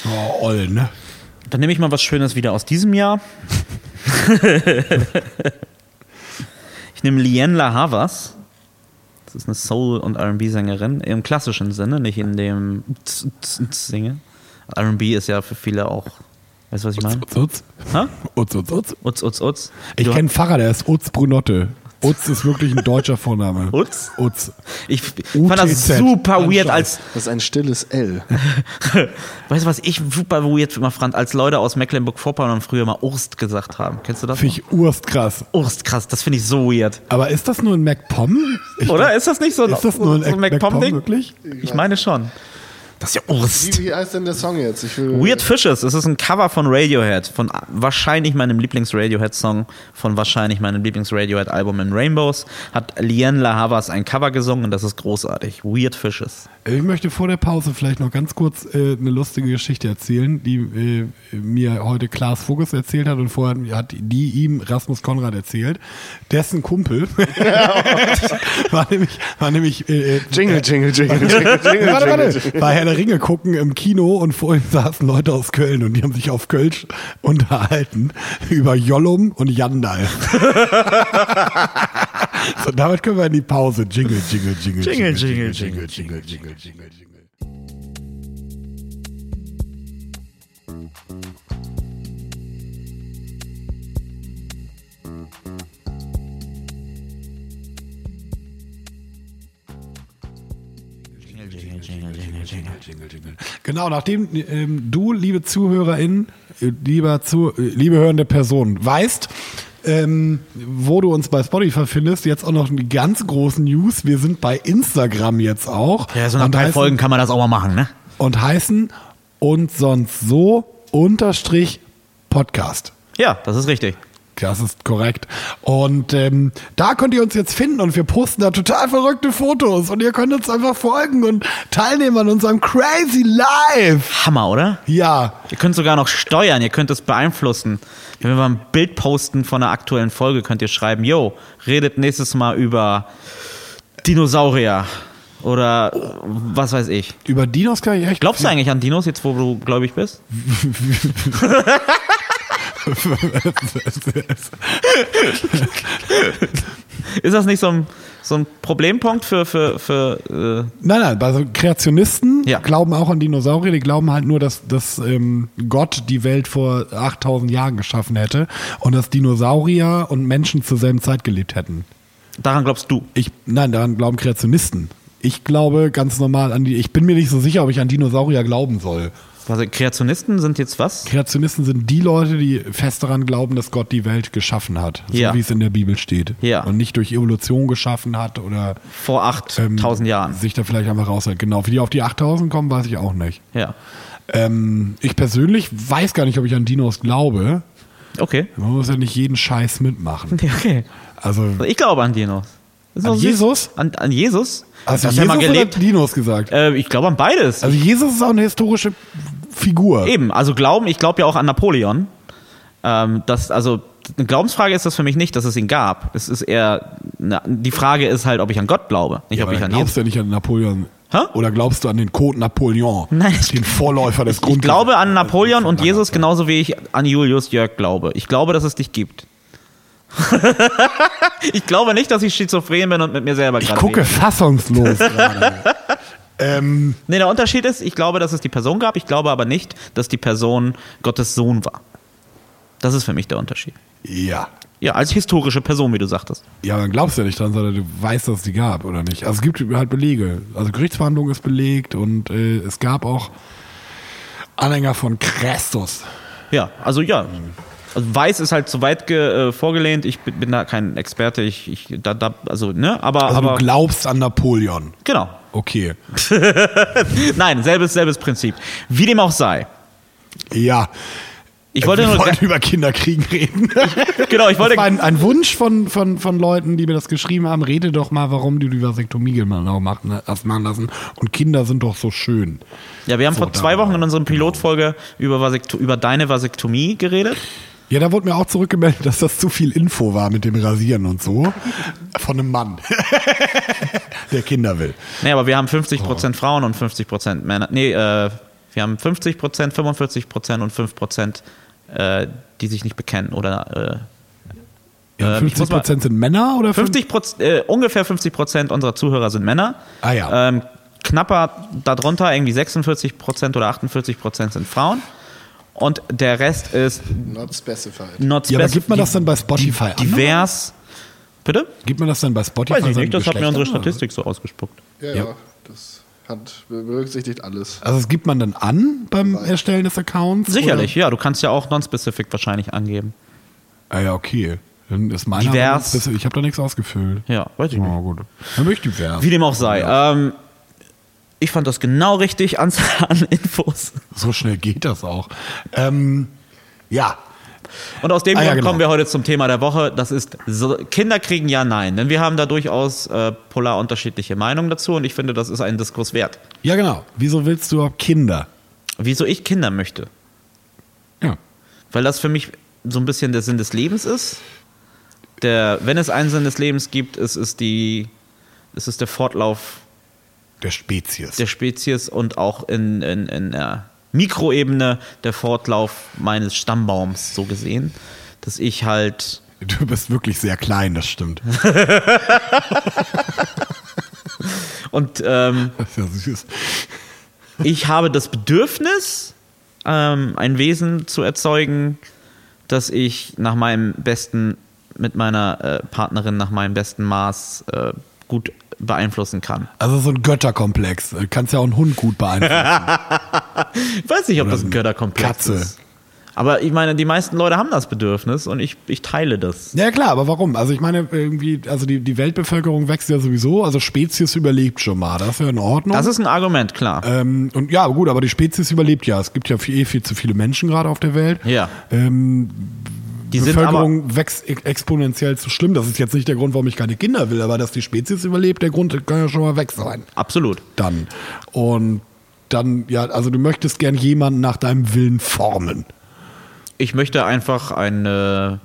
oh oll, ne? dann nehme ich mal was Schönes wieder aus diesem Jahr. ich nehme Lien La Havas. Das ist eine Soul- und RB-Sängerin. Im klassischen Sinne, nicht in dem Z- Z- Z- Singe. RB ist ja für viele auch. Weißt du, was ich meine? Utz, utz. Ha? Utz, utz, utz. Utz, utz, utz. Ich Du- kenne einen Pfarrer, der ist Utz Brunotte. Utz ist wirklich ein deutscher Vorname. [laughs] Utz? Utz. ich fand das UTZ. super weird, Anscheinend. als, Das ist ein stilles L. [laughs] Weißt du, was ich super weird immer fand, als Leute aus Mecklenburg-Vorpommern früher mal Urst gesagt haben? Kennst du das? Finde ich urst krass. Urst, krass, das finde ich so weird. Aber ist das nur ein MacPom? Ich- Oder? Ist das nicht so ein, Ist das nur ein so ein MacPom MacPom-Ding? wirklich? Ich meine schon. Das ist ja Urst. Wie, wie heißt denn der Song jetzt? Ich will, Weird Fishes, das ist ein Cover von Radiohead, von wahrscheinlich meinem Lieblings-Radiohead-Song, von wahrscheinlich meinem Lieblings-Radiohead-Album in Rainbows, hat Lien La Havas ein Cover gesungen und das ist großartig. Weird Fishes. Äh, Ich möchte vor der Pause vielleicht noch ganz kurz äh, eine lustige Geschichte erzählen, die äh, mir heute Klaas Voges erzählt hat und vorher hat die ihm Rasmus Konrad erzählt. Dessen Kumpel [laughs] war nämlich, war nämlich äh, äh, Jingle, jingle, jingle, jingle, jingle, warte, jingle, warte. jingle. Bei Herr der Ringe gucken im Kino und vor ihm saßen Leute aus Köln und die haben sich auf Kölsch unterhalten über Jollum und [laughs] Jandal. so, damit können wir in die Pause. Jingle, jingle, jingle, Jingle, jingle, jingle, jingle, jingle, jingle, jingle. Genau, nachdem ähm, du, liebe ZuhörerInnen, äh, lieber zu, äh, liebe hörende Person, weißt, ähm, wo du uns bei Spotify findest, jetzt auch noch eine ganz große News. Wir sind bei Instagram jetzt auch. Ja, so nach Und drei heißen- Folgen kann man das auch mal machen, ne? Und heißen und sonst so unterstrich Podcast. Ja, das ist richtig. Das ist korrekt. Und ähm, da könnt ihr uns jetzt finden und wir posten da total verrückte Fotos und ihr könnt uns einfach folgen und teilnehmen an unserem Crazy Live. Hammer, oder? Ja, Ihr könnt sogar noch steuern, ihr könnt es beeinflussen. Wenn wir mal ein Bild posten von einer aktuellen Folge, könnt ihr schreiben, yo, redet nächstes Mal über Dinosaurier oder was weiß ich. über Dinos kann ich echt. Glaubst du eigentlich an Dinos, jetzt wo du gläubig bist? Ist das nicht so ein, so ein Problempunkt für, für, für äh, Nein, nein, also Kreationisten Ja. glauben auch an Dinosaurier, die glauben halt nur, dass, dass ähm, Gott die Welt vor 8000 Jahren geschaffen hätte und dass Dinosaurier und Menschen zur selben Zeit gelebt hätten. daran glaubst du? Ich, nein, daran glauben Kreationisten. Ich glaube ganz normal an die. Ich bin mir nicht so sicher, ob ich an Dinosaurier glauben soll. Also Kreationisten sind jetzt was? Kreationisten sind die Leute, die fest daran glauben, dass Gott die Welt geschaffen hat, so Ja. wie es in der Bibel steht. Ja. Und nicht durch Evolution geschaffen hat oder ähm, Vor 8000 Jahren. sich da vielleicht einfach raushält. Genau, wie die auf die 8000 kommen, weiß ich auch nicht. Ja. Ähm, ich persönlich weiß gar nicht, ob ich an Dinos glaube. Okay. [laughs] Man muss ja nicht jeden Scheiß mitmachen. Okay. Also Ich glaube an Dinos. Ist An doch süß. Jesus? An, an Jesus? Also Dass Jesus er mal oder gelebt. Dinos gesagt? Äh, ich glaube an beides. Also Jesus ist auch eine historische Figur. Eben, also glauben, ich glaube ja auch an Napoleon. Ähm, das, also eine Glaubensfrage ist das für mich nicht, dass es ihn gab. Es ist eher, na, die Frage ist halt, ob ich an Gott glaube, nicht ob Aber ich an Jesus. glaubst du ja nicht an Napoleon? Hä? Oder glaubst du an den Code Napoleon? [laughs] Nein, ich- Den Vorläufer des Ich Grundgesetzes. glaube an Napoleon und Jesus genauso wie ich an Julius Jörg glaube. Ich glaube, dass es dich gibt. [laughs] ich glaube nicht, dass ich schizophren bin und mit mir selber Ich gerade gucke rede. [laughs] fassungslos gerade. ähm, Nee, der Unterschied ist, ich glaube, dass es die Person gab, ich glaube aber nicht, dass die Person Gottes Sohn war. Das ist für mich der Unterschied. ja. Ja, als historische Person, wie du sagtest. Ja, dann glaubst du ja nicht dran, sondern du weißt, dass es die gab, oder nicht? Also es gibt halt Belege. Also Gerichtsverhandlung ist belegt und äh, es gab auch Anhänger von Christus. Ja, also ja. Also weiß ist halt zu weit ge, äh, vorgelehnt. Ich bin, bin da kein Experte. Ich, ich da, da, also ne, aber Also aber du glaubst an Napoleon. genau. Okay. Nein, selbes selbes Prinzip. Wie dem auch sei. Ja. Ich wollte Wir nur wollten über Kinderkriegen reden. [laughs] genau. Ich wollte Das war ein, ein Wunsch von, von, von Leuten, die mir das geschrieben haben, rede doch mal, warum du die Vasektomie genau machen, das machen lassen. Und Kinder sind doch so schön. ja, wir haben vor da zwei war- genau. Wochen in unserer Pilotfolge über Vasekt über deine Vasektomie geredet. Ja, da wurde mir auch zurückgemeldet, dass das zu viel Info war mit dem Rasieren und so. Von einem Mann, [laughs] der Kinder will. Nee, aber wir haben Oh. 50 Prozent Frauen und 50 Prozent Männer. Nee, äh, wir haben 50 Prozent, 45 Prozent und 5 Prozent, äh, die sich nicht bekennen oder äh, Ähm, Ja, ich muss 50 mal- Prozent sind Männer oder 50 Proz- äh, ungefähr 50 Prozent unserer Zuhörer sind Männer. Ah ja. Ähm, knapper darunter, irgendwie 46 Prozent oder 48 Prozent sind Frauen. Und der Rest ist Not specified. not Ja, aber spec- gibt man das dann bei Spotify an? divers. Bitte? Gibt man das dann bei Spotify? Weiß ich seinen nicht, das hat mir unsere Geschlechtern an? Statistik so ausgespuckt. Ja, Ja. ja. Das hat berücksichtigt alles. Also es gibt man dann an beim Erstellen des Accounts? Sicherlich, ja, du kannst ja auch non-specific wahrscheinlich angeben. Oder? Ah ja, okay. Dann ist meiner Divers. Ich habe da nichts ausgefüllt. Ja, weiß ich Ja, nicht. gut. Dann möchte ich divers. Wie dem auch sei. Ähm, ich fand das genau richtig, Anzahl an [laughs] Infos. So schnell geht das auch. Ähm, ja. Und aus dem Ah, ja, Grund genau. kommen wir heute zum Thema der Woche. Das ist so, Kinder kriegen ja, nein. Denn wir haben da durchaus äh, polar unterschiedliche Meinungen dazu und ich finde, das ist ein Diskurs wert. Ja, genau. Wieso willst du überhaupt Kinder? Wieso ich Kinder möchte? Ja. Weil das für mich so ein bisschen der Sinn des Lebens ist. Der, wenn es einen Sinn des Lebens gibt, es ist die, es ist der Fortlauf Der Spezies. der Spezies und auch in, in, in der Mikroebene der Fortlauf meines Stammbaums so gesehen, dass ich halt du bist wirklich sehr klein, das stimmt. [laughs] und ähm, Das ist ja süß. ich habe das Bedürfnis, ähm, ein Wesen zu erzeugen, das ich nach meinem besten, mit meiner äh, Partnerin nach meinem besten Maß äh, gut beeinflussen kann. Also so ein Götterkomplex. Du kannst ja auch einen Hund [laughs] gut beeinflussen. Ich weiß nicht, ob das ein eine Götterkomplex Katze. ist. Aber ich meine, die meisten Leute haben das Bedürfnis und ich, ich teile das. ja klar, aber warum? Also ich meine, irgendwie, also die, die Weltbevölkerung wächst ja sowieso, also Spezies überlebt schon mal. Das ist ja in Ordnung. Das ist ein Argument, klar. ähm, und ja, gut, aber die Spezies überlebt ja. Es gibt ja viel, eh viel zu viele Menschen gerade auf der Welt. Ja. Ähm, Die Die sind aber, Bevölkerung wächst e- exponentiell zu schlimm. Das ist jetzt nicht der Grund, warum ich keine Kinder will, aber dass die Spezies überlebt, der Grund kann ja schon mal weg sein. absolut. Dann. Und dann, ja, also du möchtest gern jemanden nach deinem Willen formen. Ich möchte einfach eine.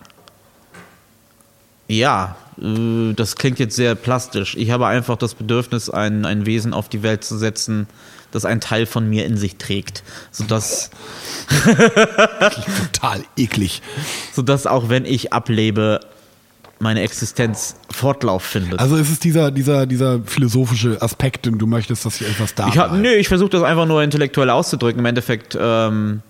Ja, äh, das klingt jetzt sehr plastisch. Ich habe einfach das Bedürfnis, ein, ein Wesen auf die Welt zu setzen, das einen Teil von mir in sich trägt. Sodass, Total eklig. sodass auch wenn ich ablebe, meine Existenz Fortlauf findet. Also es ist dieser, dieser, dieser philosophische Aspekt, und du möchtest, dass hier etwas da ich hab, bleibt. nö, ich versuche das einfach nur intellektuell auszudrücken. Im Endeffekt ähm,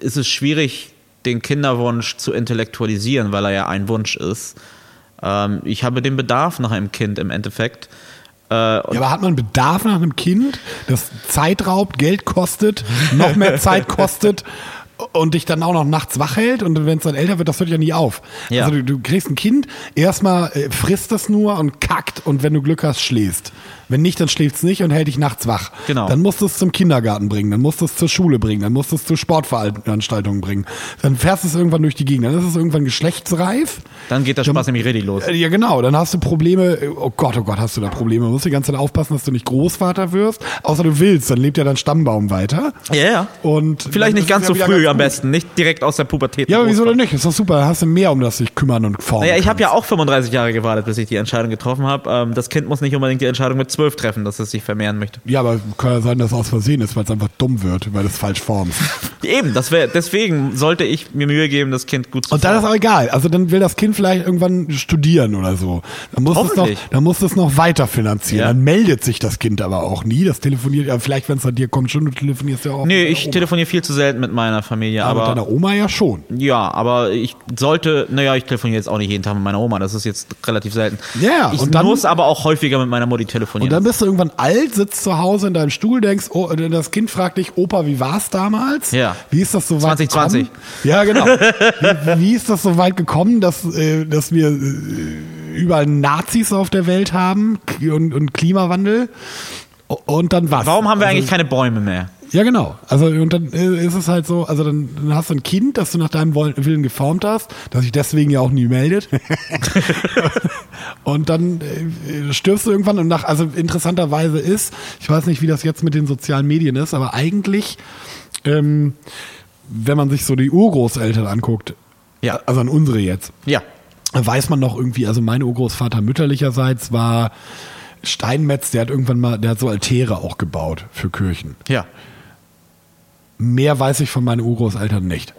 ist es schwierig, den Kinderwunsch zu intellektualisieren, weil er ja ein Wunsch ist. Ähm, ich habe den Bedarf nach einem Kind im Endeffekt. Äh, und Ja, aber hat man [laughs] Bedarf nach einem Kind, das Zeit raubt, Geld kostet, noch mehr Zeit kostet und dich dann auch noch nachts wach hält und wenn es dann älter wird, das hört ja nie auf. Ja. Also du, du kriegst ein Kind, erstmal äh, frisst das nur und kackt und wenn du Glück hast, schläfst. Wenn nicht, dann schläft es nicht und hält dich nachts wach. Genau. Dann musst du es zum Kindergarten bringen, dann musst du es zur Schule bringen, dann musst du es zu Sportveranstaltungen bringen. Dann fährst du es irgendwann durch die Gegend, dann ist es irgendwann geschlechtsreif. Dann geht der Spaß nämlich richtig los. Äh, Ja, genau. Dann hast du Probleme. Oh Gott, oh Gott, hast du da Probleme. Du musst die ganze Zeit aufpassen, dass du nicht Großvater wirst. Außer du willst, dann lebt ja dein Stammbaum weiter. Ja, ja. Und dann Vielleicht ist es nicht ganz ja so wieder früh ganz am gut. besten. Nicht direkt aus der Pubertät. Ja, aber wieso denn nicht? Ist doch super. Dann hast du mehr, um das dich kümmern und formen. Naja, ich habe kannst. ja auch 35 Jahre gewartet, bis ich die Entscheidung getroffen habe. Ähm, das Kind muss nicht unbedingt die Entscheidung mit 12 treffen, dass es sich vermehren möchte. Ja, aber kann ja sein, dass es aus Versehen ist, weil es einfach dumm wird, weil du es falsch [laughs] formst. Eben, das wär, deswegen sollte ich mir Mühe geben, das Kind gut zu Und dann ist formen. auch egal. Also dann will das Kind vielleicht irgendwann studieren oder so. Dann muss es noch, Hoffentlich. dann muss es noch weiter finanzieren. Ja. Dann meldet sich das Kind aber auch nie. Das telefoniert, ja, vielleicht wenn es an dir kommt, schon, du telefonierst ja auch. Nee, mit ich deiner Oma. telefoniere viel zu selten mit meiner Familie, aber mit aber. deiner Oma ja schon. Ja, aber ich sollte, naja, ich telefoniere jetzt auch nicht jeden Tag mit meiner Oma, das ist jetzt relativ selten. Ja, ich und dann- muss aber auch häufiger mit meiner Mutti telefonieren. Und dann bist du irgendwann alt, sitzt zu Hause in deinem Stuhl, denkst, oh, und das Kind fragt dich, Opa, wie war's damals? Ja. Wie ist das so weit 2020. gekommen? Ja, genau. wie, wie ist das so weit gekommen, dass, äh, dass wir äh, überall Nazis auf der Welt haben k- und, und Klimawandel? O- Und dann was? Warum haben wir Also- eigentlich keine Bäume mehr? Ja, genau. Also, und dann äh, ist es halt so, also dann, dann hast du ein Kind, das du nach deinem Woll- Willen geformt hast, das sich deswegen ja auch nie meldet. und dann äh, stirbst du irgendwann und nach, also interessanterweise ist, ich weiß nicht, wie das jetzt mit den sozialen Medien ist, aber eigentlich, ähm, wenn man sich so die Urgroßeltern anguckt, Ja. also an unsere jetzt, Ja. weiß man noch irgendwie, also mein Urgroßvater mütterlicherseits war Steinmetz, der hat irgendwann mal, der hat so Altäre auch gebaut für Kirchen. Ja. Mehr weiß ich von meinen Urgroßeltern nicht.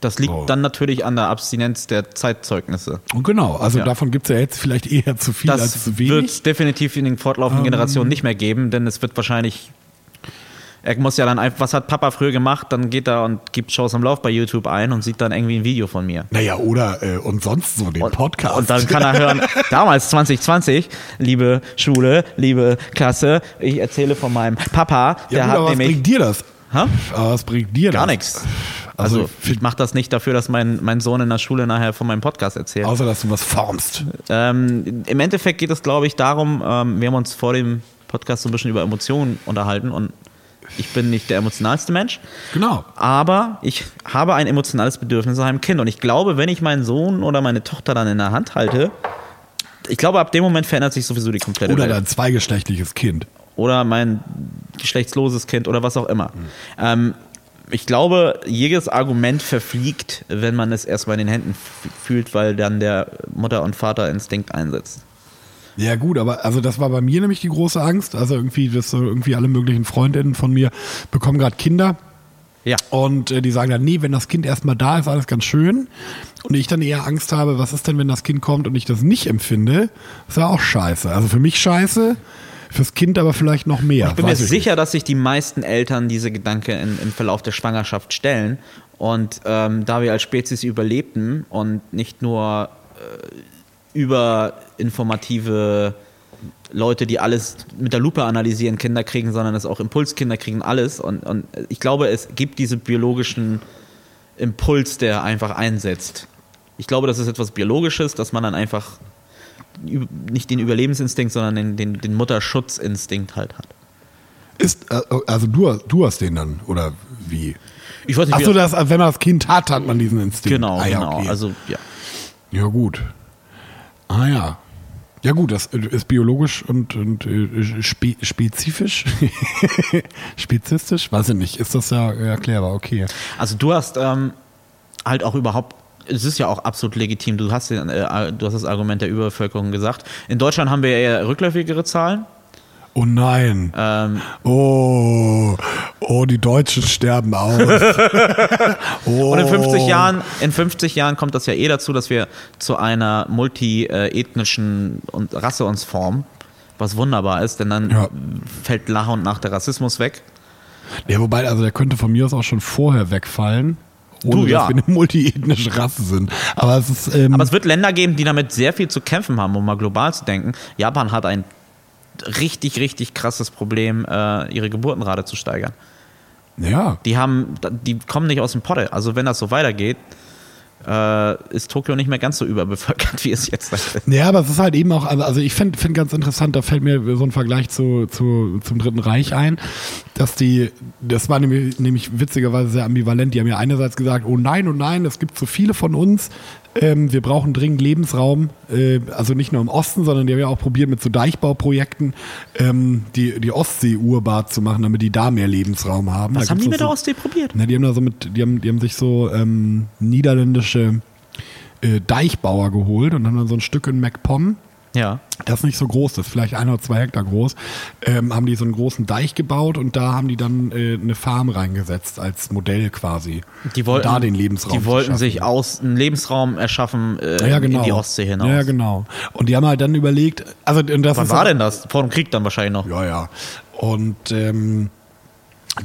Das liegt Oh. dann natürlich an der Abstinenz der Zeitzeugnisse. Und genau, also Ja. davon gibt es ja jetzt vielleicht eher zu viel als Das wird zu also wenig. Ähm. es definitiv in den fortlaufenden Generationen nicht mehr geben, denn es wird wahrscheinlich. Er muss ja dann einfach, was hat Papa früher gemacht? Dann geht er und gibt Shows am Lauf bei YouTube ein und sieht dann irgendwie ein Video von mir. Naja, oder äh, und sonst so den Podcast. Und dann kann [laughs] er hören, damals 2020, liebe Schule, liebe Klasse, ich erzähle von meinem Papa, der ja, gut, aber hat was nämlich. bringt dir das? Hä? Aber was bringt dir Gar das? nichts. Also, Also, ich mache das nicht dafür, dass mein, mein Sohn in der Schule nachher von meinem Podcast erzählt. außer dass du was formst. Ähm, Im Endeffekt geht es, glaube ich, darum, ähm, wir haben uns vor dem Podcast so ein bisschen über Emotionen unterhalten und ich bin nicht der emotionalste Mensch, Genau. aber ich habe ein emotionales Bedürfnis nach einem Kind und ich glaube, wenn ich meinen Sohn oder meine Tochter dann in der Hand halte, ich glaube, ab dem Moment verändert sich sowieso die komplette Oder Welt. dein zweigeschlechtliches Kind. Oder mein geschlechtsloses Kind oder was auch immer. Ähm, ich glaube, jedes Argument verfliegt, wenn man es erstmal in den Händen f- fühlt, weil dann der Mutter- und Vaterinstinkt einsetzt. Ja gut, aber also das war bei mir nämlich die große Angst. Also irgendwie, dass so irgendwie alle möglichen Freundinnen von mir bekommen gerade Kinder. Ja. Und äh, die sagen dann, nee, wenn das Kind erstmal da ist, alles ganz schön. Und ich dann eher Angst habe, was ist denn, wenn das Kind kommt und ich das nicht empfinde? Ist ja auch scheiße. Also für mich scheiße, fürs Kind aber vielleicht noch mehr. Ich bin mir Weiß nicht. sicher, dass sich die meisten Eltern diese Gedanke in, im Verlauf der Schwangerschaft stellen. Und ähm, da wir als Spezies überlebten und nicht nur äh, überinformative Leute, die alles mit der Lupe analysieren, Kinder kriegen, sondern es auch Impulskinder kriegen, alles. Und, und ich glaube, es gibt diesen biologischen Impuls, der einfach einsetzt. Ich glaube, das ist etwas Biologisches, dass man dann einfach üb- nicht den Überlebensinstinkt, sondern den, den, den Mutterschutzinstinkt halt hat. Ist, äh, also du, du hast den dann, oder wie? Ich weiß nicht, wie Achso, das, also wenn man das Kind hat, hat man diesen Instinkt. genau, Ah ja, genau. okay. Also ja. Ja, gut. Ah ja. Ja gut, das ist biologisch und, und äh, spe spezifisch. [laughs] Spezistisch? Weiß ich nicht. Ist das ja erklärbar, okay. Also du hast ähm, halt auch überhaupt, es ist ja auch absolut legitim. Du hast, den, äh, du hast das Argument der Überbevölkerung gesagt. In Deutschland haben wir ja eher rückläufigere Zahlen. Oh nein. Ähm, Oh. Oh, die Deutschen sterben [laughs] aus. oh. Und in 50 Jahren, in 50 Jahren kommt das ja eh dazu, dass wir zu einer multiethnischen und Rasse uns formen. Was wunderbar ist, denn dann Ja. fällt nach und nach der Rassismus weg. Ja, wobei, also der könnte von mir aus auch schon vorher wegfallen. Ohne, Du, ja. dass wir eine multiethnische Rasse sind. Aber es ist. Ähm, Aber es wird Länder geben, die damit sehr viel zu kämpfen haben, um mal global zu denken. Japan hat ein richtig, richtig krasses Problem, äh, ihre Geburtenrate zu steigern. Ja. Die haben, die kommen nicht aus dem Potte. Also wenn das so weitergeht, äh, ist Tokio nicht mehr ganz so überbevölkert, [laughs] wie es jetzt ist. Ja, aber es ist halt eben auch, also, also ich finde find ganz interessant, da fällt mir so ein Vergleich zu, zu, zum Dritten Reich ein, dass die, das war nämlich, nämlich witzigerweise sehr ambivalent, die haben ja einerseits gesagt, oh nein, oh nein, es gibt zu viele von uns, ähm, wir brauchen dringend Lebensraum, äh, also nicht nur im Osten, sondern die haben ja auch probiert mit so Deichbauprojekten ähm, die, die Ostsee urbar zu machen, damit die da mehr Lebensraum haben. Was Da haben die gibt's mit der noch so- Ostsee probiert? na, die haben da so mit, die haben, die haben sich so ähm, niederländische äh, Deichbauer geholt und haben dann so ein Stück in MacPom, Ja. das nicht so groß ist, vielleicht ein oder zwei Hektar groß, ähm, haben die so einen großen Deich gebaut und da haben die dann äh, eine Farm reingesetzt als Modell quasi. Die wollten, um da den Lebensraum. Die wollten zu sich schaffen. aus einen Lebensraum erschaffen äh, ja, ja, genau. in die Ostsee hinaus. Ja, genau. Und die haben halt dann überlegt, also und das Wann ist war halt- denn das? Vor dem Krieg dann wahrscheinlich noch. Ja, ja. Und ähm,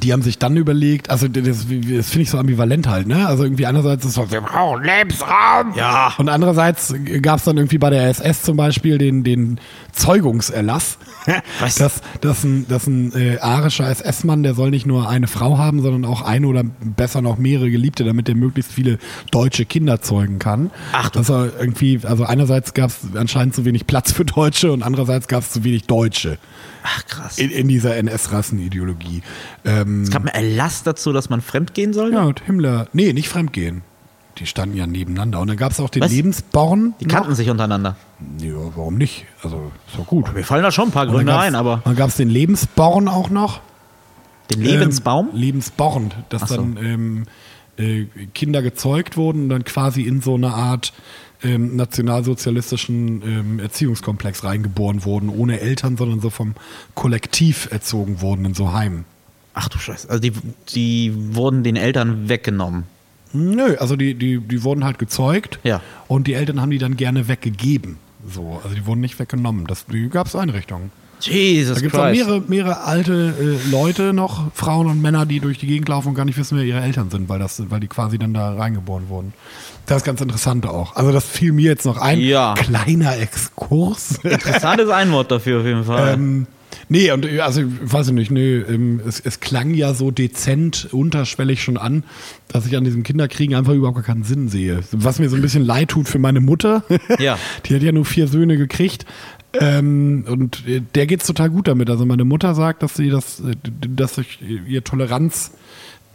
die haben sich dann überlegt, also das, das finde ich so ambivalent halt, ne? Also irgendwie einerseits ist es so, wir brauchen Lebensraum. Ja. Und andererseits gab es dann irgendwie bei der SS zum Beispiel den, den Zeugungserlass, [laughs] Was? dass, dass ein, dass ein äh, arischer SS-Mann, der soll nicht nur eine Frau haben, sondern auch eine oder besser noch mehrere Geliebte, damit der möglichst viele deutsche Kinder zeugen kann. Ach du. Dass er irgendwie, also einerseits gab es anscheinend zu wenig Platz für Deutsche und andererseits gab es zu wenig Deutsche. Ach krass. In, Es in dieser NS-Rassenideologie. Ähm, gab einen Erlass dazu, dass man fremdgehen soll? ja, und Himmler. Nee, nicht fremdgehen. Die standen ja nebeneinander. Und dann gab es auch den Was? Lebensborn. Die kannten sich untereinander. noch. Ja, warum nicht? Also, ist doch gut. Mir fallen da schon ein paar Gründe ein, aber Dann gab es den Lebensborn auch noch. den Lebensbaum? Ähm, Lebensborn, dass Ach so. dann ähm, äh, Kinder gezeugt wurden und dann quasi in so eine Art ähm, nationalsozialistischen ähm, Erziehungskomplex reingeboren wurden, ohne Eltern, sondern so vom Kollektiv erzogen wurden in so Heimen. Ach du Scheiße. Also die, die wurden den Eltern weggenommen. Nö, also die, die, die wurden halt gezeugt Ja. und die Eltern haben die dann gerne weggegeben. So, also die wurden nicht weggenommen. Das, die gab es Einrichtungen. Jesus Da gibt es auch Christ. mehrere, mehrere alte äh, Leute noch, Frauen und Männer, die durch die Gegend laufen und gar nicht wissen, wer ihre Eltern sind, weil, das, weil die quasi dann da reingeboren wurden. Das ist ganz interessant auch. Also das fiel mir jetzt noch ein. Ja. Kleiner [laughs] Exkurs. Interessantes Einwort dafür auf jeden Fall. Ähm, nee, und äh, also weiß ich nicht, nee, ähm, es, es klang ja so dezent unterschwellig schon an, dass ich an diesem Kinderkriegen einfach überhaupt gar keinen Sinn sehe. Was mir so ein bisschen leid tut für meine Mutter. [laughs] Ja. Die hat ja nur vier Söhne gekriegt. Ähm, und äh, der geht's total gut damit. Also meine Mutter sagt, dass sie das, äh, dass sich ihr Toleranz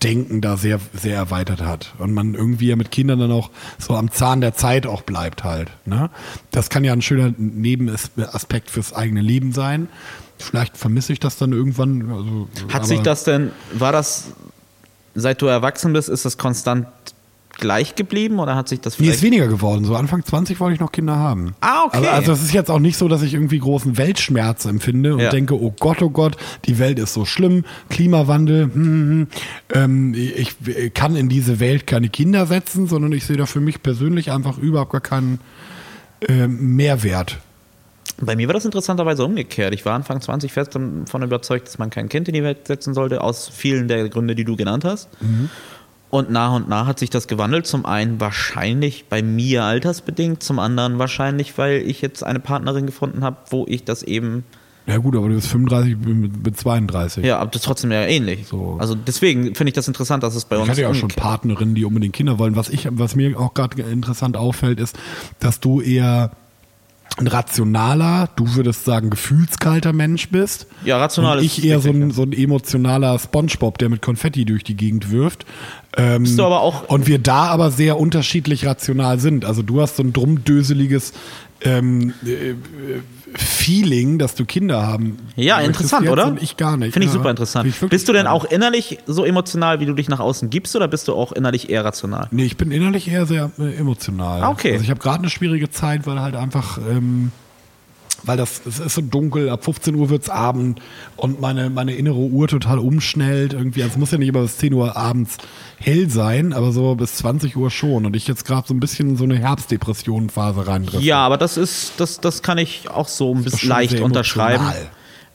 Denken da sehr, sehr erweitert hat. Und man irgendwie ja mit Kindern dann auch so am Zahn der Zeit auch bleibt halt. Ne? Das kann ja ein schöner Nebenaspekt fürs eigene Leben sein. Vielleicht vermisse ich das dann irgendwann. Also, Hat sich aber- das denn, war das, seit du erwachsen bist, ist das konstant gleich geblieben oder hat sich das Nee, ist vielleicht... weniger geworden. So Anfang 20 wollte ich noch Kinder haben. Ah, okay. Also, also es ist jetzt auch nicht so, dass ich irgendwie großen Weltschmerz empfinde und Ja. denke, oh Gott, oh Gott, die Welt ist so schlimm, Klimawandel, hm, hm, hm. Ähm, ich ich kann in diese Welt keine Kinder setzen, sondern ich sehe da für mich persönlich einfach überhaupt gar keinen ähm, Mehrwert. Bei mir war das interessanterweise umgekehrt. Ich war Anfang 20 fest davon überzeugt, dass man kein Kind in die Welt setzen sollte, aus vielen der Gründe, die du genannt hast. Mhm. Und nach und nach hat sich das gewandelt. Zum einen wahrscheinlich bei mir altersbedingt, zum anderen wahrscheinlich, weil ich jetzt eine Partnerin gefunden habe, wo ich das eben, Ja gut, aber du bist 35, ich bin mit- mit 32. ja, aber das ist trotzdem ja ähnlich. So. Also deswegen finde ich das interessant, dass es bei uns Ich hatte ja auch schon umgekehrt- Partnerinnen, die unbedingt Kinder wollen. Was, ich, was mir auch gerade interessant auffällt, ist, dass du eher ein rationaler, du würdest sagen gefühlskalter Mensch bist. Ja, rational Und ist ich eher so richtig, ein, so ein emotionaler Spongebob, der mit Konfetti durch die Gegend wirft. Ähm, Bist du aber auch- und wir da aber sehr unterschiedlich rational sind. Also du hast so ein drumdöseliges ähm, äh, äh, Feeling, dass du Kinder haben. Ja, möchtest interessant, jetzt oder? und Ich gar nicht. Finde ich Ja. super interessant. Finde ich wirklich bist du denn spannend. auch innerlich so emotional, wie du dich nach außen gibst, oder bist du auch innerlich eher rational? Nee, ich bin innerlich eher sehr äh, emotional. Ah, okay. Also ich habe gerade eine schwierige Zeit, weil halt einfach, ähm, weil das, es ist so dunkel, ab 15 Uhr wird's Abend und meine, meine innere Uhr total umschnellt irgendwie. Also es muss ja nicht immer bis 10 Uhr abends hell sein, aber so bis 20 Uhr schon. Und ich jetzt gerade so ein bisschen in so eine Herbstdepression-Phase reindrifte. Ja, aber das ist, das, das kann ich auch so ein doch bisschen schon leicht sehr unterschreiben.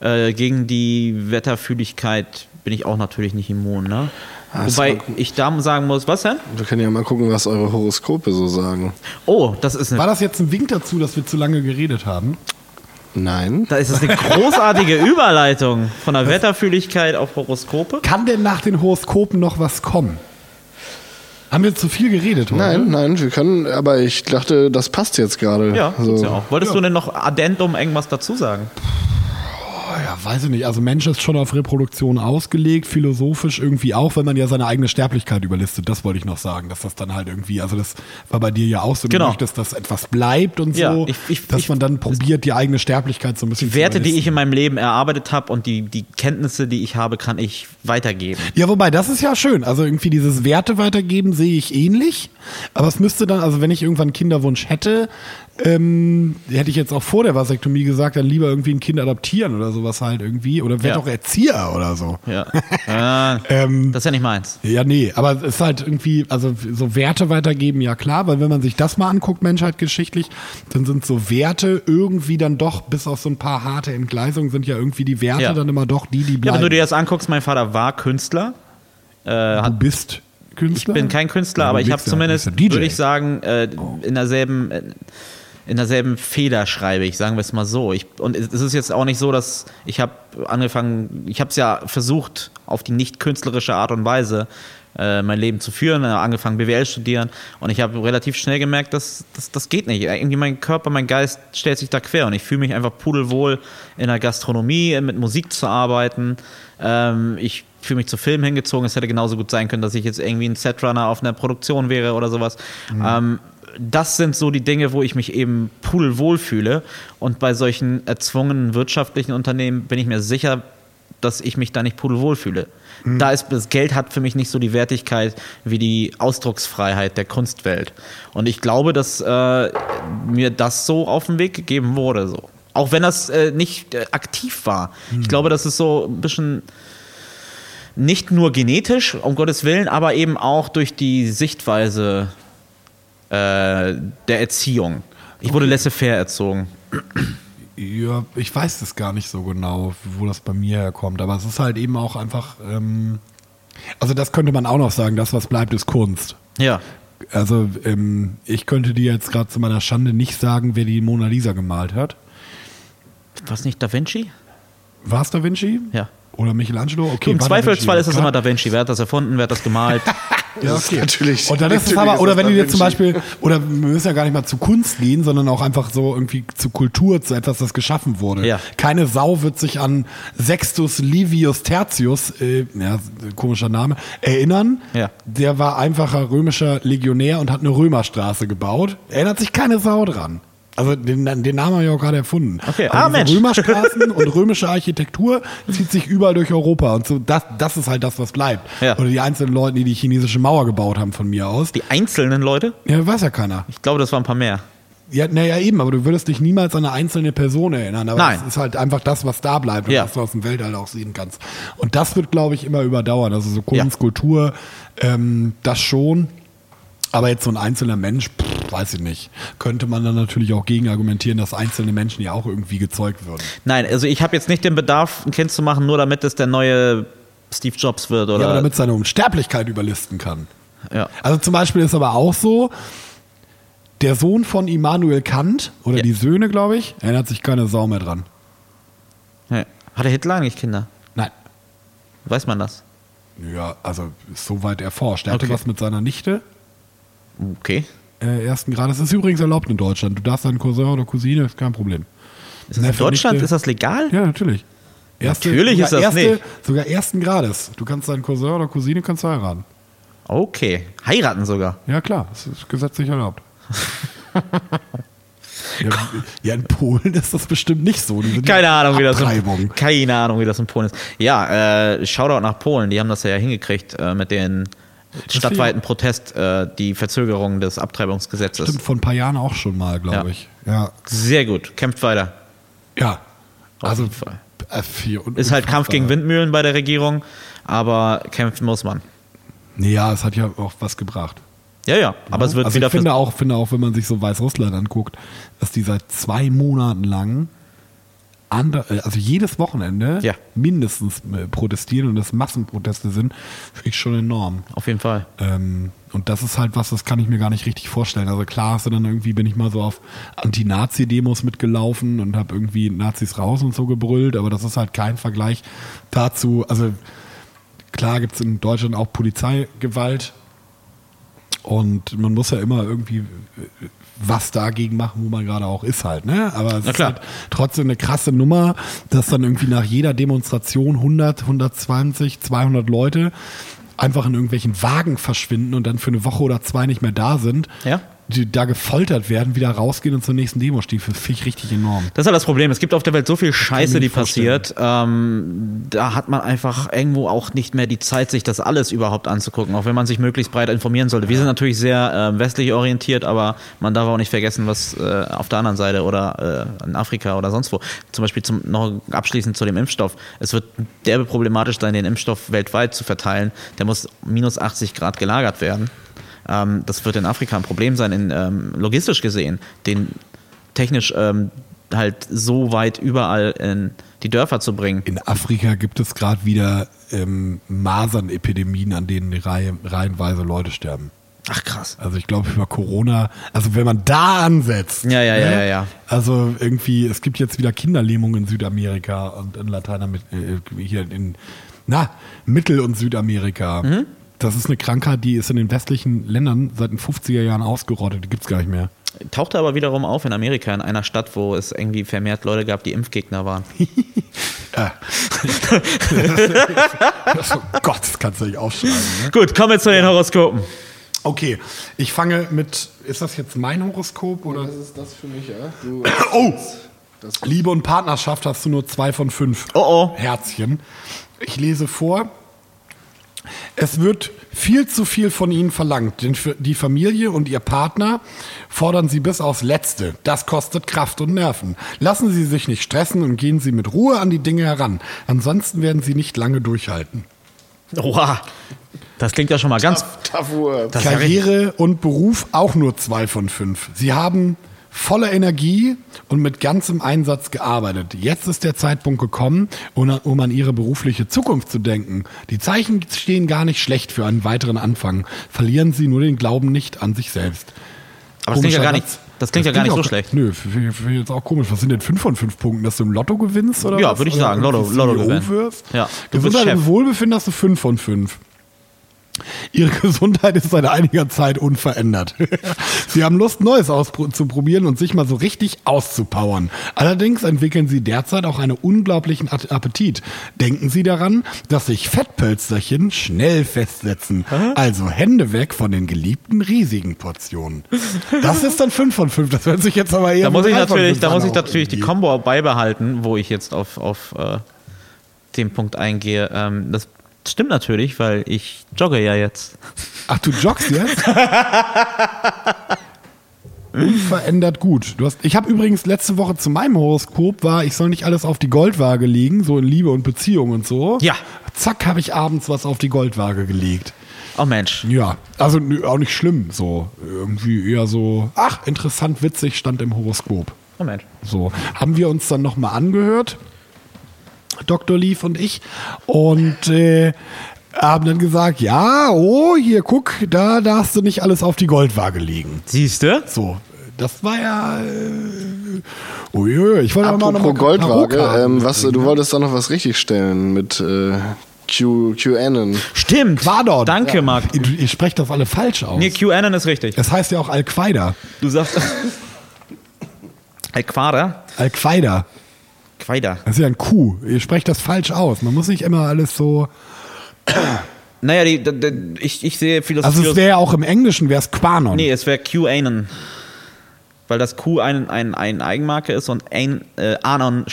emotional. Äh, gegen die Wetterfühligkeit bin ich auch natürlich nicht immun, ne? Ah, das Wobei war gut. ich da sagen muss, was denn? Wir können ja mal gucken, was eure Horoskope so sagen. Oh, das ist eine. War das jetzt ein Wink dazu, dass wir zu lange geredet haben? Nein. Da ist es eine [laughs] großartige Überleitung von der Wetterfühligkeit auf Horoskope. Kann denn nach den Horoskopen noch was kommen? Haben wir zu viel geredet, oder? Nein, nein, wir können, aber ich dachte, das passt jetzt gerade. Ja, also, so. tut's ja auch. Wolltest du denn noch addendum irgendwas dazu sagen? Oh, ja, weiß ich nicht. Also Mensch ist schon auf Reproduktion ausgelegt, philosophisch irgendwie auch, weil man ja seine eigene Sterblichkeit überlistet. Das wollte ich noch sagen, dass das dann halt irgendwie, also das war bei dir ja auch so, Genau. du möchtest, dass etwas bleibt und so, Ja, ich- ich- dass ich- man dann probiert, die eigene Sterblichkeit so ein bisschen Die Werte, die überlisten. ich in meinem Leben erarbeitet habe und die, die Kenntnisse, die ich habe, kann ich weitergeben. Ja, wobei, das ist ja schön. Also irgendwie dieses Werte weitergeben sehe ich ähnlich. Aber es müsste dann, also wenn ich irgendwann einen Kinderwunsch hätte, ähm, hätte ich jetzt auch vor der Vasektomie gesagt, dann lieber irgendwie ein Kind adoptieren oder sowas halt irgendwie. Oder Ja. wäre doch Erzieher oder so. [laughs] Ja. Ah, Ähm, das ist ja nicht meins. ja, nee, aber es ist halt irgendwie, also so Werte weitergeben, ja klar, weil wenn man sich das mal anguckt, Menschheit geschichtlich, dann sind so Werte irgendwie dann doch, bis auf so ein paar harte Entgleisungen, sind ja irgendwie die Werte Ja. dann immer doch die, die Ja, bleiben. wenn du dir das anguckst, mein Vater war Künstler. äh, du bist Künstler? Ich bin kein Künstler, Ja, du aber ich bist habe ja- du zumindest, bist ja Oh. DJ. würde ich sagen, äh, in derselben äh, in derselben Feder schreibe ich, sagen wir es mal so. Ich, und es ist jetzt auch nicht so, dass ich habe angefangen, ich habe es ja versucht, auf die nicht künstlerische Art und Weise äh, mein Leben zu führen, äh, angefangen BWL studieren und ich habe relativ schnell gemerkt, dass, dass das geht nicht. Irgendwie mein Körper, mein Geist stellt sich da quer und ich fühle mich einfach pudelwohl in der Gastronomie, äh, mit Musik zu arbeiten. Ähm, ich fühle mich zu Filmen hingezogen. Es hätte genauso gut sein können, dass ich jetzt irgendwie ein Setrunner auf einer Produktion wäre oder sowas. Ähm, das sind so die Dinge, wo ich mich eben pudelwohl fühle. Und bei solchen erzwungenen wirtschaftlichen Unternehmen bin ich mir sicher, dass ich mich da nicht pudelwohl fühle. Da ist das Geld hat für mich nicht so die Wertigkeit wie die Ausdrucksfreiheit der Kunstwelt. Und ich glaube, dass äh, mir das so auf den Weg gegeben wurde. So. Auch wenn das äh, nicht äh, aktiv war. Ich glaube, das ist so ein bisschen nicht nur genetisch, um Gottes Willen, aber eben auch durch die Sichtweise äh, der Erziehung. Ich wurde laissez-faire erzogen. Ja, ich weiß es gar nicht so genau, wo das bei mir herkommt, aber es ist halt eben auch einfach. Ähm, also, das könnte man auch noch sagen: das, was bleibt, ist Kunst. Ja. Also, ähm, ich könnte dir jetzt gerade zu meiner Schande nicht sagen, wer die Mona Lisa gemalt hat. Was nicht Da Vinci? War es Da Vinci? Ja. Oder Michelangelo? Okay, Im war Da Vinci, Zweifelsfall ist es klar. immer Da Vinci. Wer hat das erfunden? Wer hat das [laughs] gemalt? Ja, Das ist natürlich- Und dann ist es natürlich aber, ist oder das wenn Da du dir zum Vinci. Beispiel, oder wir müssen ja gar nicht mal zu Kunst gehen, sondern auch einfach so irgendwie zu Kultur, zu etwas, das geschaffen wurde. Ja. Keine Sau wird sich an Sextus Livius Tertius, äh, ja, komischer Name, erinnern. Ja. Der war einfacher römischer Legionär und hat eine Römerstraße gebaut. Erinnert sich keine Sau dran. Also den, den Namen habe ich auch gerade erfunden. Okay, Aber ah, diese Mensch. Römerstraßen und römische Architektur zieht sich überall durch Europa. Und so, das, das ist halt das, was bleibt. Ja. Oder die einzelnen Leute, die die chinesische Mauer gebaut haben von mir aus. Die einzelnen Leute? Ja, weiß ja keiner. Ich glaube, das waren ein paar mehr. Ja, naja, eben, aber du würdest dich niemals an eine einzelne Person erinnern. Aber Nein. das ist halt einfach das, was da bleibt und Ja. was du aus dem Weltall auch sehen kannst. Und das wird, glaube ich, immer überdauern. Also so Kunst, Ja. Kultur, ähm, das schon. Aber jetzt so ein einzelner Mensch, pff, weiß ich nicht. Könnte man dann natürlich auch gegen argumentieren, dass einzelne Menschen ja auch irgendwie gezeugt würden. Nein, also ich habe jetzt nicht den Bedarf, ein Kind zu machen, nur damit es der neue Steve Jobs wird. Oder Ja, aber damit seine Unsterblichkeit überlisten kann. Ja. Also zum Beispiel ist aber auch so, der Sohn von Immanuel Kant oder Ja. die Söhne, glaube ich, erinnert sich keine Sau mehr dran. Ja. Hatte Hitler eigentlich Kinder? Nein. Weiß man das? Ja, also ist soweit erforscht. Er hatte Okay. was mit seiner Nichte Okay. äh, ersten Grades. Das ist übrigens erlaubt in Deutschland. Du darfst deinen Cousin oder Cousine, ist kein Problem. Ist das in Neffe, Deutschland Nichte- ist das legal? Ja, natürlich. Erste- Natürlich sogar ist das erste, nicht. Sogar ersten Grades. Du kannst deinen Cousin oder Cousine kannst du heiraten. Okay. Heiraten sogar. Ja, klar, das ist gesetzlich erlaubt. [laughs] ja, ja, in Polen ist das bestimmt nicht so. Die sind Keine ja Ahnung, wie das in, Abtreibung. keine Ahnung, wie das in Polen ist. Ja, äh, Shoutout nach Polen. Die haben das ja hingekriegt äh, mit den stadtweiten Protest, äh, die Verzögerung des Abtreibungsgesetzes. Stimmt, vor ein paar Jahren auch schon mal, glaube Ja. ich. Ja. Sehr gut. Kämpft weiter. Ja. Auf Also, jeden Fall. äh, vier- und- Ist halt Kampf unfassbar. gegen Windmühlen bei der Regierung, aber kämpfen muss man. Nee, ja, es hat ja auch was gebracht. Ja, ja, aber es wird also wieder ich finde auch, finde auch, wenn man sich so Weißrussland anguckt, dass die seit zwei Monaten lang ander, also jedes Wochenende Ja. mindestens äh, protestieren und das Massenproteste sind, finde ich schon enorm. Auf jeden Fall. Ähm, und das ist halt was, das kann ich mir gar nicht richtig vorstellen. Also klar hast du dann irgendwie, bin ich mal so auf Anti-Nazi-Demos mitgelaufen und habe irgendwie Nazis raus und so gebrüllt, aber das ist halt kein Vergleich dazu. Also klar gibt es in Deutschland auch Polizeigewalt und man muss ja immer irgendwie äh, was dagegen machen, wo man gerade auch ist halt. Ne? Aber es Na klar. ist halt trotzdem eine krasse Nummer, dass dann irgendwie nach jeder Demonstration 100, 120, 200 Leute einfach in irgendwelchen Wagen verschwinden und dann für eine Woche oder zwei nicht mehr da sind. Ja. Die da gefoltert werden, wieder rausgehen und zur nächsten Demo stiefeln. Finde ich richtig enorm. Das ist ja das Problem. Es gibt auf der Welt so viel Scheiße, mir die nicht vorstellen. passiert. Ähm, da hat man einfach irgendwo auch nicht mehr die Zeit, sich das alles überhaupt anzugucken, auch wenn man sich möglichst breit informieren sollte. Wir sind natürlich sehr äh, westlich orientiert, aber man darf auch nicht vergessen, was äh, auf der anderen Seite oder äh, in Afrika oder sonst wo. Zum Beispiel zum, noch abschließend zu dem Impfstoff. Es wird derbe problematisch sein, den Impfstoff weltweit zu verteilen. Der muss minus 80 Grad gelagert werden. Ähm, das wird in Afrika ein Problem sein, in, ähm, logistisch gesehen, den technisch ähm, halt so weit überall in die Dörfer zu bringen. In Afrika gibt es gerade wieder ähm, Masernepidemien, an denen rei- reihenweise Leute sterben. Ach krass. Also ich glaube über Corona, also wenn man da ansetzt. ne? Ja, ja, ja, ja, ja. Also irgendwie, es gibt jetzt wieder Kinderlähmung in Südamerika und in Lateinamerika, äh, hier in, na, Mittel- und Südamerika. Mhm. Das ist eine Krankheit, die ist in den westlichen Ländern seit den 50er Jahren ausgerottet, die gibt's gar nicht mehr. Tauchte aber wiederum auf in Amerika, in einer Stadt, wo es irgendwie vermehrt Leute gab, die Impfgegner waren. [laughs] oh Gott, das kannst du nicht aufschreiben. Ne? Gut, kommen wir zu den Horoskopen. Okay, ich fange mit, ist das jetzt mein Horoskop oder? Was ist das für mich, ja? Du, [coughs] [coughs] Oh! Liebe und Partnerschaft hast du nur zwei von fünf. Oh, oh. Herzchen. Ich lese vor. Es wird viel zu viel von Ihnen verlangt. Denn für die Familie und Ihr Partner fordern Sie bis aufs Letzte. Das kostet Kraft und Nerven. Lassen Sie sich nicht stressen und gehen Sie mit Ruhe an die Dinge heran. Ansonsten werden Sie nicht lange durchhalten. Oha. Das klingt ja schon mal ganz. tough words. Das habe ich- Karriere und Beruf auch nur zwei von fünf. Sie haben voller Energie und mit ganzem Einsatz gearbeitet. Jetzt ist der Zeitpunkt gekommen, um um an Ihre berufliche Zukunft zu denken. Die Zeichen stehen gar nicht schlecht für einen weiteren Anfang. Verlieren Sie nur den Glauben nicht an sich selbst. Aber das klingt ja Komischer gar nicht, Satz. das klingt ja gar nicht auch so schlecht. Nö, finde ich- finde ich jetzt auch komisch. Was sind denn fünf von fünf Punkten, dass du im Lotto gewinnst? Oder Ja, was? Also würde ich Oder sagen, Lotto- irgendwie Lotto CEO gewinnen. E wirst? Ja, du bist Gesundheit und Chef. Wohlbefinden hast du fünf von fünf. Ihre Gesundheit ist seit einiger Zeit [laughs] unverändert. Sie haben Lust, Neues auszuprobieren und sich mal so richtig auszupowern. Allerdings entwickeln Sie derzeit auch einen unglaublichen At- Appetit. Denken Sie daran, dass sich Fettpölsterchen schnell festsetzen. Also Hände weg von den geliebten riesigen Portionen. Das ist dann 5 von 5. Das hört sich jetzt aber eher Da muss mit ich drei von natürlich, fünf da an muss ich auch natürlich die irgendwie. Combo beibehalten, wo ich jetzt auf, auf äh, den Punkt eingehe. Ähm, das stimmt natürlich, weil ich jogge ja jetzt. Ach, du joggst jetzt? Unverändert gut. Du hast, ich habe übrigens letzte Woche zu meinem Horoskop war, ich soll nicht alles auf die Goldwaage legen, so in Liebe und Beziehung und so. Ja. Zack, habe ich abends was auf die Goldwaage gelegt. Oh Mensch. Ja, also nö, auch nicht schlimm, so irgendwie eher so, ach, interessant, witzig stand im Horoskop. Oh Mensch. So, haben wir uns dann nochmal angehört, Dr. Leaf und ich, und äh, haben dann gesagt, ja, oh, hier, guck, da darfst du nicht alles auf die Goldwaage legen. Siehst du? So, das war ja... Äh, oh, jö, ich wollte aber mal noch mal ne? Apropos Goldwaage, Tarotkarten ähm, was, du wolltest da noch was richtigstellen mit äh, Q, QAnon. Stimmt. Quadron. Danke, Marc. Ihr, ihr sprecht das alle falsch aus. Nee, QAnon ist richtig. Es heißt ja auch Al-Qaida. Du sagst. Hey, Quader? Al-Qaida. Quader. Das ist ja ein Q. Ihr sprecht das falsch aus. Man muss nicht immer alles so... Naja, die, die, die, ich, ich sehe Philosophie. Also es wäre ja auch im Englischen, wäre es Quanon. nee, es wäre QAnon. Weil das Q ein, ein, ein Eigenmarke ist und ein, äh, Anon.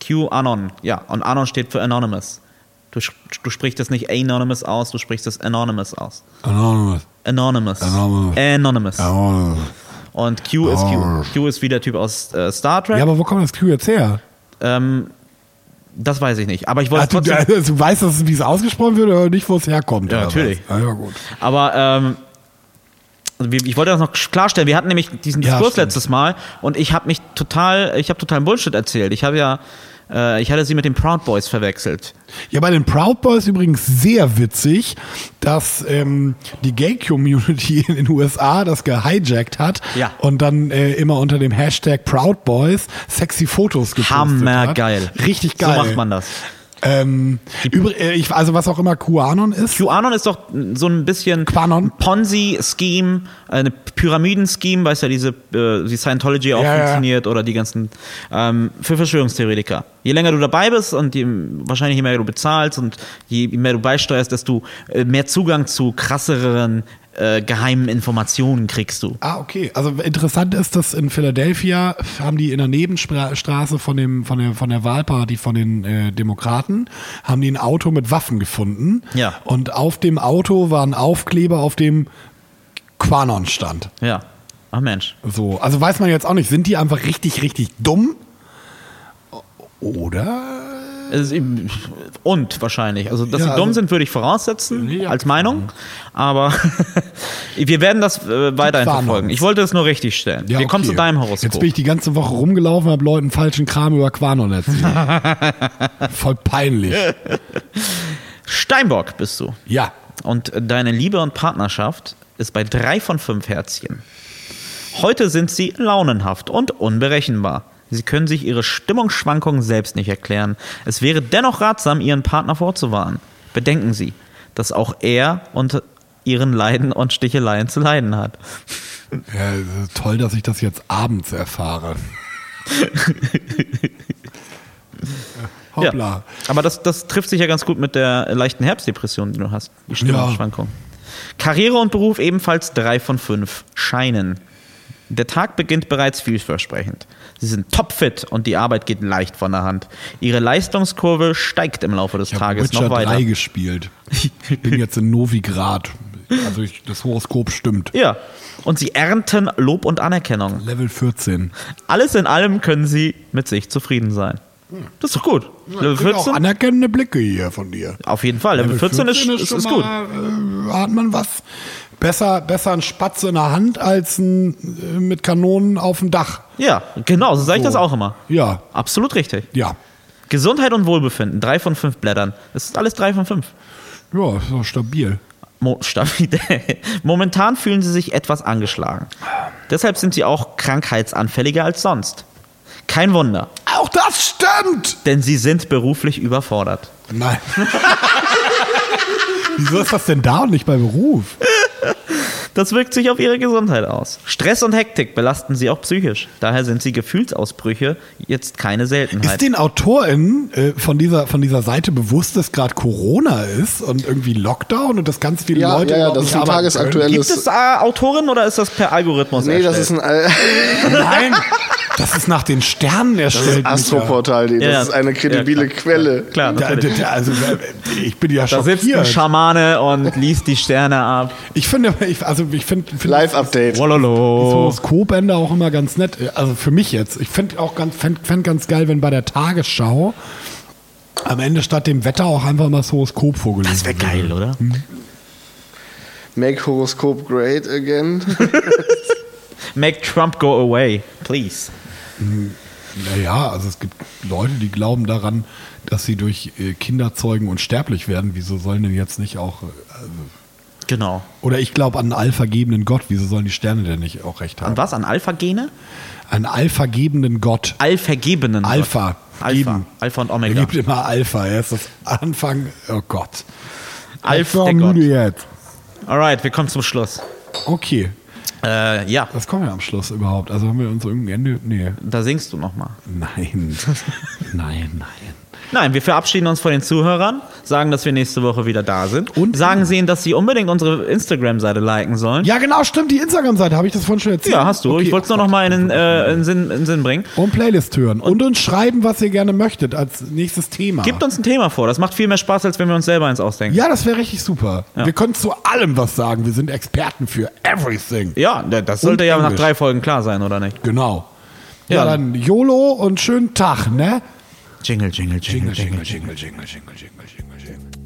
QAnon. Ja, und Anon steht für Anonymous. Du, sch- du sprichst es nicht Anonymous aus, du sprichst es Anonymous aus. Anonymous. Anonymous. Anonymous. Anonymous. Anonymous. Und Q ist Q. Q ist wie der Typ aus äh, Star Trek. Ja, aber wo kommt das Q jetzt her? ähm, das weiß ich nicht. Aber ich wollte Ach, du, trotzdem. [laughs] also, du weißt, dass, wie es ausgesprochen wird oder nicht, wo es herkommt? Ja, oder natürlich. was? Ah, ja, gut. Aber ähm, also wir- ich wollte das noch klarstellen. Wir hatten nämlich diesen Ja, Diskurs stimmt. letztes Mal und ich habe mich total, ich habe totalen Bullshit erzählt. Ich habe ja, äh, ich hatte sie mit den Proud Boys verwechselt. Ja, bei den Proud Boys übrigens sehr witzig, dass ähm, die Gay-Community in den USA das gehijackt hat Ja. und dann äh, immer unter dem Hashtag Proud Boys sexy Fotos gepostet Hammergeil. hat. Richtig geil. So macht man das. Ähm, übr- äh, ich, also was auch immer QAnon ist. QAnon ist doch so ein bisschen Quanon. Ponzi-Scheme, eine Pyramiden-Scheme, weißt ja, diese, äh, die Scientology auch Ja, ja. funktioniert oder die ganzen, ähm, für Verschwörungstheoretiker. Je länger du dabei bist und je, wahrscheinlich je mehr du bezahlst und je mehr du beisteuerst, desto äh, mehr Zugang zu krasseren äh, geheimen Informationen kriegst du. Ah, okay. Also interessant ist, dass in Philadelphia haben die in der Nebenstraße von dem von der von der Wahlparty von den äh, Demokraten haben die ein Auto mit Waffen gefunden. Ja. Und auf dem Auto war ein Aufkleber, auf dem Quanon stand. Ja. Ach Mensch. So, also weiß man jetzt auch nicht, sind die einfach richtig richtig dumm? Oder Es ist- Und wahrscheinlich. Also, dass Ja, sie dumm also- sind, würde ich voraussetzen, Ja. als Meinung. Aber [laughs] wir werden das äh, weiterhin Warnung. verfolgen. Ich wollte es nur richtig stellen. wir kommen okay. zu deinem Jetzt bin Horoskop. ich die ganze Woche rumgelaufen, habe Leuten falschen Kram über [laughs] Quanon erzählt. Voll peinlich. Steinbock bist du. Ja. Und deine Liebe und Partnerschaft ist bei drei von fünf Herzchen. Heute sind sie launenhaft und unberechenbar. Sie können sich ihre Stimmungsschwankungen selbst nicht erklären. Es wäre dennoch ratsam, ihren Partner vorzuwarnen. Bedenken Sie, dass auch er unter ihren Leiden und Sticheleien zu leiden hat. Ja, es ist toll, dass ich das jetzt [laughs] abends erfahre. Hoppla. Aber das, das trifft sich ja ganz gut mit der leichten Herbstdepression, die du hast. Die Stimmungsschwankung. Karriere und Beruf ebenfalls drei von fünf. Scheinen. Der Tag beginnt bereits vielversprechend. Sie sind topfit und die Arbeit geht leicht von der Hand. Ihre Leistungskurve steigt im Laufe des Ich habe Tages Witcher noch weiter. 3 gespielt. Ich bin jetzt in Novigrad. Also ich, das Horoskop stimmt. Ja. Und sie ernten Lob und Anerkennung. Level 14. Alles in allem können sie mit sich zufrieden sein. Das ist doch gut. Level Ich krieg auch 14? anerkennende Blicke hier von dir. Auf jeden Fall. Level 14 ist, ist, schon ist gut. Mal, äh, hat man was? Besser, besser ein Spatz in der Hand als ein äh, mit Kanonen auf dem Dach. Ja, genau, so sage ich So. das auch immer. Ja. Absolut richtig. Ja. Gesundheit und Wohlbefinden, drei von fünf Blättern. Das ist alles drei von fünf. Ja, ist doch stabil. Mo [laughs] Stabilität. Momentan fühlen sie sich etwas angeschlagen. Deshalb sind sie auch krankheitsanfälliger als sonst. Kein Wunder, Auch das stimmt! denn sie sind beruflich überfordert. Nein. [laughs] Wieso ist das denn da und nicht bei Beruf? Das wirkt sich auf ihre Gesundheit aus. Stress und Hektik belasten sie auch psychisch. Daher sind sie Gefühlsausbrüche jetzt keine Ist Seltenheit. den AutorInnen äh, von, dieser, von dieser Seite bewusst, dass gerade Corona ist und irgendwie Lockdown und dass ganz viele Ja, Leute. ja, ja, überhaupt das nicht ist ein arbeiten tagesaktuelles- Gibt es äh, Autorin oder ist das per Algorithmus Nee, das ist [laughs] ein Al- können? Nein, das ist nach den Sternen erstellt. [laughs] Astroportal, die- das Ja, ist eine kredibile ja, klar, Quelle. Klar, Micha. Da, natürlich. da, da, also, äh, ich bin ja Da sitzt ein schockiert. Schamane und liest die Sterne ab. Ich finde, ich, also ich finde, finde Live-Update. Das Wololo. Horoskopende auch immer ganz nett. Also für mich jetzt. Ich fände auch ganz, fänd, fänd ganz geil, wenn bei der Tagesschau am Ende statt dem Wetter auch einfach mal das Horoskop vorgelesen Das wäre Mhm. geil, oder? Make Horoskop great again. [laughs] Make Trump go away, please. Naja, also es gibt Leute, die glauben daran, dass sie durch äh, Kinderzeugen unsterblich werden. Wieso sollen denn jetzt nicht auch. äh, Genau. Oder ich glaube an einen allvergebenen Gott. Wieso sollen die Sterne denn nicht auch recht haben? An was? An Alpha-Gene? Einen allvergebenen Gott. Allvergebenen. Alpha. Alpha. Geben. Alpha und Er Omega. gibt immer Alpha. Er ist das Anfang. Oh Gott. Alf, Ich war der Gott. müde jetzt. Alright, wir kommen zum Schluss. Okay. Äh, ja, Was kommen wir am Schluss überhaupt? Also haben wir uns irgendein Ende. Nee. da singst du nochmal. [laughs] Nein. nein, nein. Nein, wir verabschieden uns von den Zuhörern, sagen, dass wir nächste Woche wieder da sind. Und- sagen sie ihnen, dass sie unbedingt unsere Instagram-Seite liken sollen. Ja, genau, stimmt. Die Instagram-Seite habe ich das vorhin schon erzählt. Ja, hast du. Okay. Ich wollte es nur nochmal in, den, äh, in, den Sinn, in den Sinn bringen. Und Playlist hören. Und uns schreiben, was ihr gerne möchtet als nächstes Thema. Gebt uns ein Thema vor. Das macht viel mehr Spaß, als wenn wir uns selber eins ausdenken. ja, das wäre richtig super. Wir können zu allem was sagen. Wir sind Experten für everything. Ja, das sollte Und ja nach Englisch. drei Folgen klar sein, oder nicht? Genau. Ja, Ja. dann YOLO und schönen Tag, ne? Jingle, jingle, jingle, jingle, jingle. jingle, jingle, jingle, jingle, jingle.